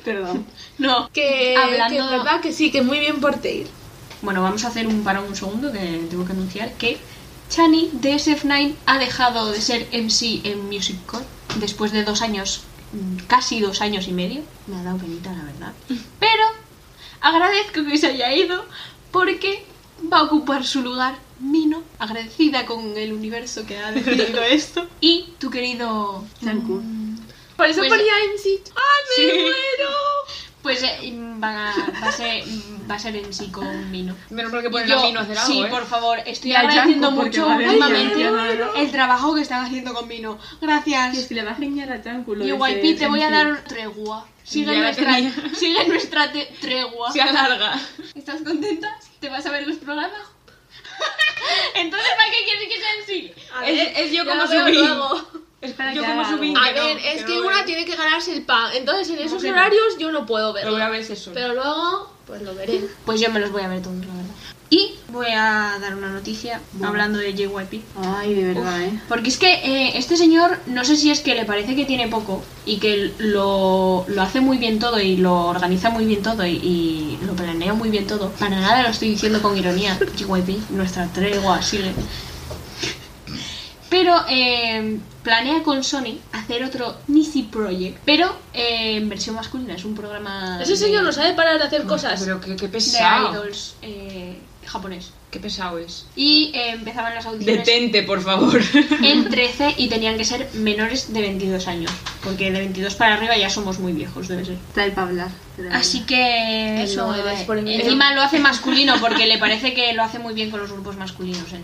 Speaker 3: Perdón.
Speaker 2: No.
Speaker 4: que,
Speaker 2: Hablando-
Speaker 4: que en verdad que sí, que muy bien por Tail.
Speaker 2: Bueno, vamos a hacer un parón un segundo que tengo que anunciar que Chani de SF9 ha dejado de ser MC en Music Core después de dos años, mm, casi dos años y medio. Me ha dado penita, la verdad. Pero agradezco que se haya ido porque va a ocupar su lugar Mino, agradecida con el universo que ha decidido esto. Y tu querido...
Speaker 3: Chancu.
Speaker 4: Por eso
Speaker 2: Pues-
Speaker 4: ponía MC. ¡Ay, me muero!
Speaker 2: Pues eh, van a- va, a ser, va a ser MC con Mino.
Speaker 1: Menos mal que
Speaker 2: Y
Speaker 1: ponen
Speaker 2: yo,
Speaker 1: a Mino a hacer algo,
Speaker 2: sí,
Speaker 1: ¿eh?
Speaker 2: por favor, estoy
Speaker 3: Y a
Speaker 2: agradeciendo
Speaker 3: Yanko, porque
Speaker 2: mucho
Speaker 3: vale,
Speaker 2: últimamente
Speaker 3: ya, ya, ya.
Speaker 2: el trabajo que están haciendo con Mino.
Speaker 3: Y es
Speaker 2: Gracias.
Speaker 3: que le va a enseñar a Chancu lo
Speaker 2: Y
Speaker 3: de
Speaker 2: YP,
Speaker 3: ser
Speaker 2: te voy a
Speaker 3: MC.
Speaker 2: dar una tregua. Sigue
Speaker 1: Ya la
Speaker 2: nuestra,
Speaker 1: tenía.
Speaker 2: sigue nuestra te- tregua.
Speaker 1: Se alarga.
Speaker 2: ¿Estás contenta? ¿Te vas a ver los programas? Entonces, ¿para qué quieres que sea en sí?
Speaker 1: Es, es yo
Speaker 4: Ya
Speaker 1: como
Speaker 4: lo veo
Speaker 1: subí.
Speaker 4: luego.
Speaker 1: Es
Speaker 3: Para
Speaker 1: yo
Speaker 3: que
Speaker 1: como
Speaker 3: haga
Speaker 1: subí.
Speaker 3: algo.
Speaker 4: A
Speaker 1: que no,
Speaker 4: ver, es
Speaker 1: no
Speaker 4: que
Speaker 1: lo
Speaker 4: una
Speaker 1: veo.
Speaker 4: tiene que ganarse el pan. Entonces, en esos
Speaker 1: que no?
Speaker 4: horarios yo no puedo
Speaker 1: Lo voy a
Speaker 4: verlo.
Speaker 1: ver eso.
Speaker 4: Pero luego, pues lo veré.
Speaker 2: Pues yo me los voy a ver todos, la verdad. Y voy a dar una noticia hablando de JYP.
Speaker 3: Ay, de verdad,
Speaker 2: Uf,
Speaker 3: eh.
Speaker 2: Porque es que eh, este señor, no sé si es que le parece que tiene poco y que lo, lo hace muy bien todo y lo organiza muy bien todo y, y lo planea muy bien todo. Para nada lo estoy diciendo con ironía, JYP, nuestra tregua sigue. Pero eh, planea con Sony hacer otro Nisi Project, pero eh, en versión masculina, es un programa...
Speaker 4: Ese
Speaker 2: de-
Speaker 4: señor no sabe parar de hacer cosas.
Speaker 1: Pero qué, qué
Speaker 2: de
Speaker 1: pesado.
Speaker 2: idols eh, japonés.
Speaker 1: Qué pesado es.
Speaker 2: Y eh, empezaban las audiciones
Speaker 1: Detente, por favor.
Speaker 2: en 13 y tenían que ser menores de 22 años, porque de 22 para arriba ya somos muy viejos, debe ser.
Speaker 3: Está el para hablar. pero-
Speaker 2: Así que eso,
Speaker 4: No eres
Speaker 2: eh,
Speaker 4: por mí.
Speaker 2: encima lo hace masculino porque le parece que lo hace muy bien con los grupos masculinos. eh.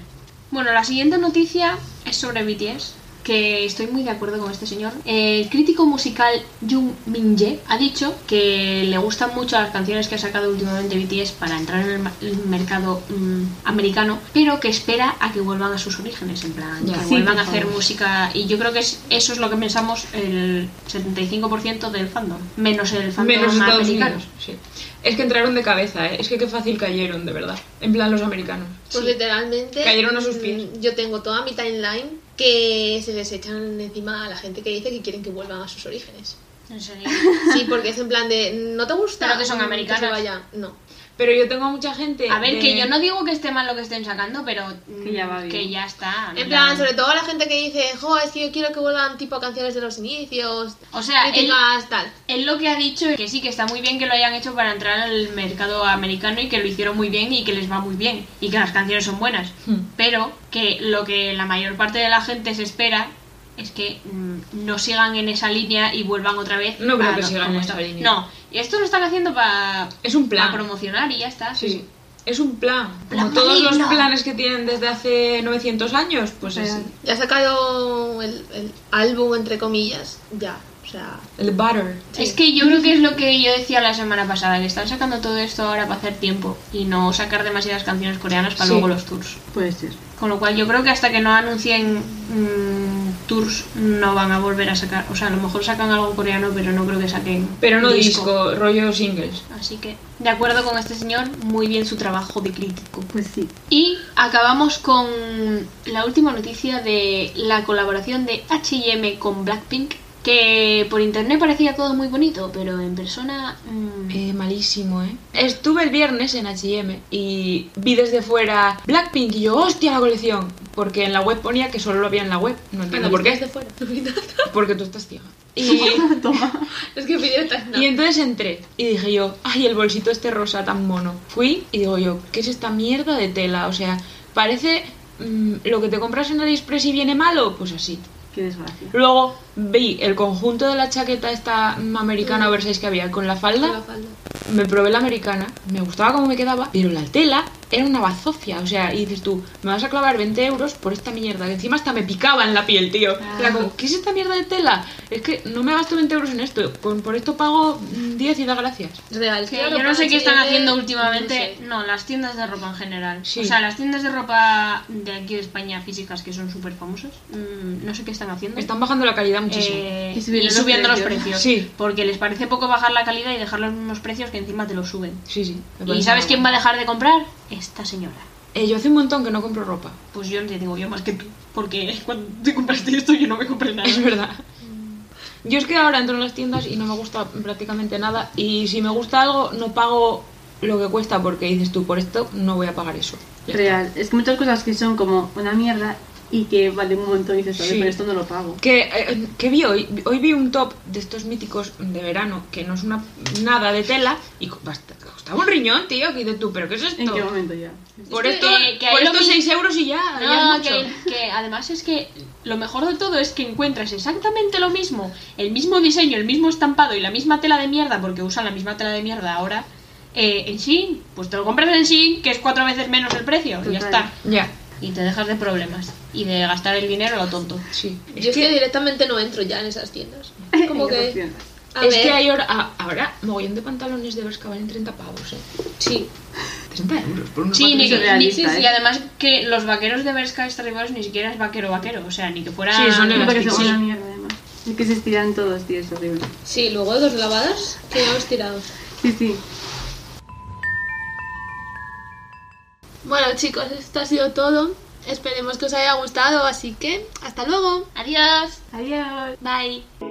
Speaker 2: Bueno, la siguiente noticia es sobre BTS, que estoy muy de acuerdo con este señor. El crítico musical Jung Min-jae ha dicho que le gustan mucho las canciones que ha sacado últimamente BTS para entrar en el, ma- el mercado mm, americano, pero que espera a que vuelvan a sus orígenes, en plan,
Speaker 1: Ya,
Speaker 2: que
Speaker 1: sí,
Speaker 2: vuelvan
Speaker 3: por
Speaker 2: a hacer
Speaker 3: favor.
Speaker 2: música. Y yo creo que es- eso es lo que pensamos el 75% del fandom, menos el fandom
Speaker 1: Menos Estados
Speaker 2: americano.
Speaker 1: Unidos. Sí. Es que entraron de cabeza, ¿eh? Es que qué fácil cayeron, de verdad. En plan, los americanos.
Speaker 4: Pues literalmente.
Speaker 1: Cayeron a sus pies.
Speaker 4: mm, Yo tengo toda mi timeline que se les echan encima a la gente que dice que quieren que vuelvan a sus orígenes.
Speaker 2: ¿En serio?
Speaker 4: Sí, porque es en plan de. ¿No te gusta?
Speaker 2: Pero que son
Speaker 4: Mm,
Speaker 2: americanas.
Speaker 4: Que se vaya. No.
Speaker 1: Pero yo tengo a mucha gente.
Speaker 2: A ver,
Speaker 1: de-
Speaker 2: que yo no digo que esté mal lo que estén sacando, pero mm,
Speaker 3: Que ya va bien.
Speaker 2: que ya está.
Speaker 4: En
Speaker 2: no-
Speaker 4: plan, sobre todo la gente que dice, jo, es que yo quiero que vuelvan tipo a canciones de los inicios,
Speaker 2: O sea, él,
Speaker 4: críticas, tal.
Speaker 2: él lo que ha dicho es que sí, que está muy bien que lo hayan hecho para entrar al mercado americano y que lo hicieron muy bien y que les va muy bien y que las canciones son buenas.
Speaker 1: Hmm.
Speaker 2: Pero que lo que la mayor parte de la gente se espera es que mm, no sigan en esa línea y vuelvan otra vez.
Speaker 1: No creo
Speaker 2: a
Speaker 1: que
Speaker 2: lo-
Speaker 1: sigan
Speaker 2: como
Speaker 1: en esa
Speaker 2: está.
Speaker 1: línea.
Speaker 2: No, y esto lo están haciendo para
Speaker 1: Es un plan.
Speaker 2: promocionar y ya está.
Speaker 1: Sí, sí. Es un plan.
Speaker 5: Plan
Speaker 1: Como todos los
Speaker 5: maligno.
Speaker 1: planes que tienen desde hace 900 años, pues
Speaker 3: Real.
Speaker 1: así.
Speaker 4: Ya ha sacado el, el álbum, entre comillas, ya. O sea,
Speaker 1: El butter.
Speaker 2: Es que yo creo que es lo que yo decía la semana pasada, que están sacando todo esto ahora para hacer tiempo y no sacar demasiadas canciones coreanas para
Speaker 1: Sí.
Speaker 2: luego los tours.
Speaker 3: Puede ser.
Speaker 2: Con lo cual yo creo que hasta que no anuncien mm, tours no van a volver a sacar, o sea, a lo mejor sacan algo coreano, pero no creo que saquen.
Speaker 1: Pero no disco, rollo singles.
Speaker 2: Así que, de acuerdo con este señor, muy bien su trabajo de crítico.
Speaker 3: Pues sí.
Speaker 2: Y acabamos con la última noticia de la colaboración de HM con Blackpink, que por internet parecía todo muy bonito, pero en persona... mm,
Speaker 1: Eh, malísimo, ¿eh? Estuve el viernes en H&M y vi desde fuera Blackpink y yo, ¡hostia, la colección! Porque en la web ponía que solo lo había en la web. No entiendo por
Speaker 4: Es de
Speaker 1: qué.
Speaker 4: fuera. No vi nada.
Speaker 1: Porque tú estás ciega. Y,
Speaker 3: Toma.
Speaker 4: Es que pidieron tan
Speaker 1: y entonces entré y dije yo, ¡ay, el bolsito este rosa tan mono! Fui y digo yo, ¿qué es esta mierda de tela? O sea, parece mm, lo que te compras en AliExpress y viene malo. Pues así.
Speaker 3: Qué desgracia.
Speaker 1: Luego vi el conjunto de la chaqueta esta mm, americana oversize que había con la
Speaker 4: Con
Speaker 1: falda.
Speaker 4: la falda.
Speaker 1: Me probé la americana, me gustaba cómo me quedaba, pero la tela era una bazofia. O sea, y dices tú, me vas a clavar 20 euros por esta mierda, que encima hasta me picaba en la piel, tío.
Speaker 2: Ah.
Speaker 1: Era como, ¿qué es esta mierda de tela? Es que no me gasto 20 euros en esto, con, por esto pago mm, 10 y da gracias.
Speaker 4: Real.
Speaker 2: Que
Speaker 4: Claro,
Speaker 2: yo no
Speaker 4: para
Speaker 2: sé qué están
Speaker 4: H&M,
Speaker 2: haciendo
Speaker 4: no
Speaker 2: últimamente.
Speaker 4: sé.
Speaker 2: No, las tiendas de ropa en general.
Speaker 1: Sí.
Speaker 2: O sea, las tiendas de ropa de aquí de España físicas que son súper famosas. mm, no sé qué están haciendo.
Speaker 1: Están bajando la calidad muchísimo.
Speaker 2: Eh,
Speaker 3: Y
Speaker 2: y
Speaker 3: subiendo
Speaker 2: subiendo,
Speaker 3: los
Speaker 2: los
Speaker 3: precios.
Speaker 2: precios.
Speaker 1: Sí.
Speaker 2: Porque les parece poco bajar la calidad y dejar los mismos precios que encima te los suben.
Speaker 1: Sí, sí. me
Speaker 2: ¿Y
Speaker 1: parece
Speaker 2: sabes
Speaker 1: una
Speaker 2: quién va a
Speaker 1: buena.
Speaker 2: dejar de comprar? Esta señora.
Speaker 1: Eh, yo hace un montón que no compro ropa.
Speaker 2: Pues yo te digo yo más que tú. Porque cuando te compraste esto yo no me compré nada.
Speaker 1: Es verdad.
Speaker 2: Mm.
Speaker 1: Yo es que ahora entro en las tiendas y no me gusta prácticamente nada. Y si me gusta algo, no pago lo que cuesta porque dices tú, por esto no voy a pagar eso. Ya está.
Speaker 3: Real. Es que muchas cosas que son como una mierda y que valen un montón y dices, "Vale,
Speaker 1: Sí.
Speaker 3: pero esto no lo pago.
Speaker 1: Que, eh, que vi hoy, hoy vi un top de estos míticos de verano que no es una nada de tela y co- basta- costaba un riñón, tío, que dices tú, pero ¿qué es
Speaker 3: ¿En
Speaker 1: esto?
Speaker 3: qué momento ya?
Speaker 1: Por
Speaker 2: Es que-
Speaker 1: esto,
Speaker 2: eh, que- que
Speaker 1: por
Speaker 2: ahí lo
Speaker 1: estos
Speaker 2: vi-
Speaker 1: 6 euros y ya, ya
Speaker 2: No,
Speaker 1: es mucho.
Speaker 2: Ah, que, que además es que lo mejor de todo es que encuentras exactamente lo mismo, el mismo diseño, el mismo estampado y la misma tela de mierda, porque usan la misma tela de mierda ahora, eh, en Shein. Pues te lo compras en Shein, que es cuatro veces menos el precio, y ya
Speaker 3: Total.
Speaker 2: está.
Speaker 1: Ya,
Speaker 2: Y te dejas de problemas y de gastar el dinero a lo tonto.
Speaker 1: sí. Es
Speaker 4: Yo es que directamente no entro ya en esas tiendas. Como
Speaker 3: En esas
Speaker 4: que.
Speaker 3: tiendas.
Speaker 4: A
Speaker 1: es
Speaker 4: ver,
Speaker 1: que hay ahora, a- ahora mogollón de pantalones de Bershka valen 30 pavos, ¿eh?
Speaker 4: Sí.
Speaker 1: 30 euros por unos
Speaker 2: Sí, ni,
Speaker 1: pantalones.
Speaker 3: es
Speaker 2: ni-
Speaker 3: realista,
Speaker 2: sí,
Speaker 3: ¿eh?
Speaker 2: y además que los vaqueros de Bershka Rivals ni siquiera es vaquero vaquero, o sea, ni que fuera...
Speaker 1: Sí, son
Speaker 3: Me parece
Speaker 1: Sí.
Speaker 3: una mierda además. Es que se estiran todos, tío, es horrible.
Speaker 4: Sí, luego dos lavadas que hemos tirado.
Speaker 3: Sí, sí.
Speaker 4: Bueno, chicos, esto ha sido todo. Esperemos que os haya gustado, así que hasta luego.
Speaker 6: Adiós.
Speaker 3: Adiós.
Speaker 6: Bye.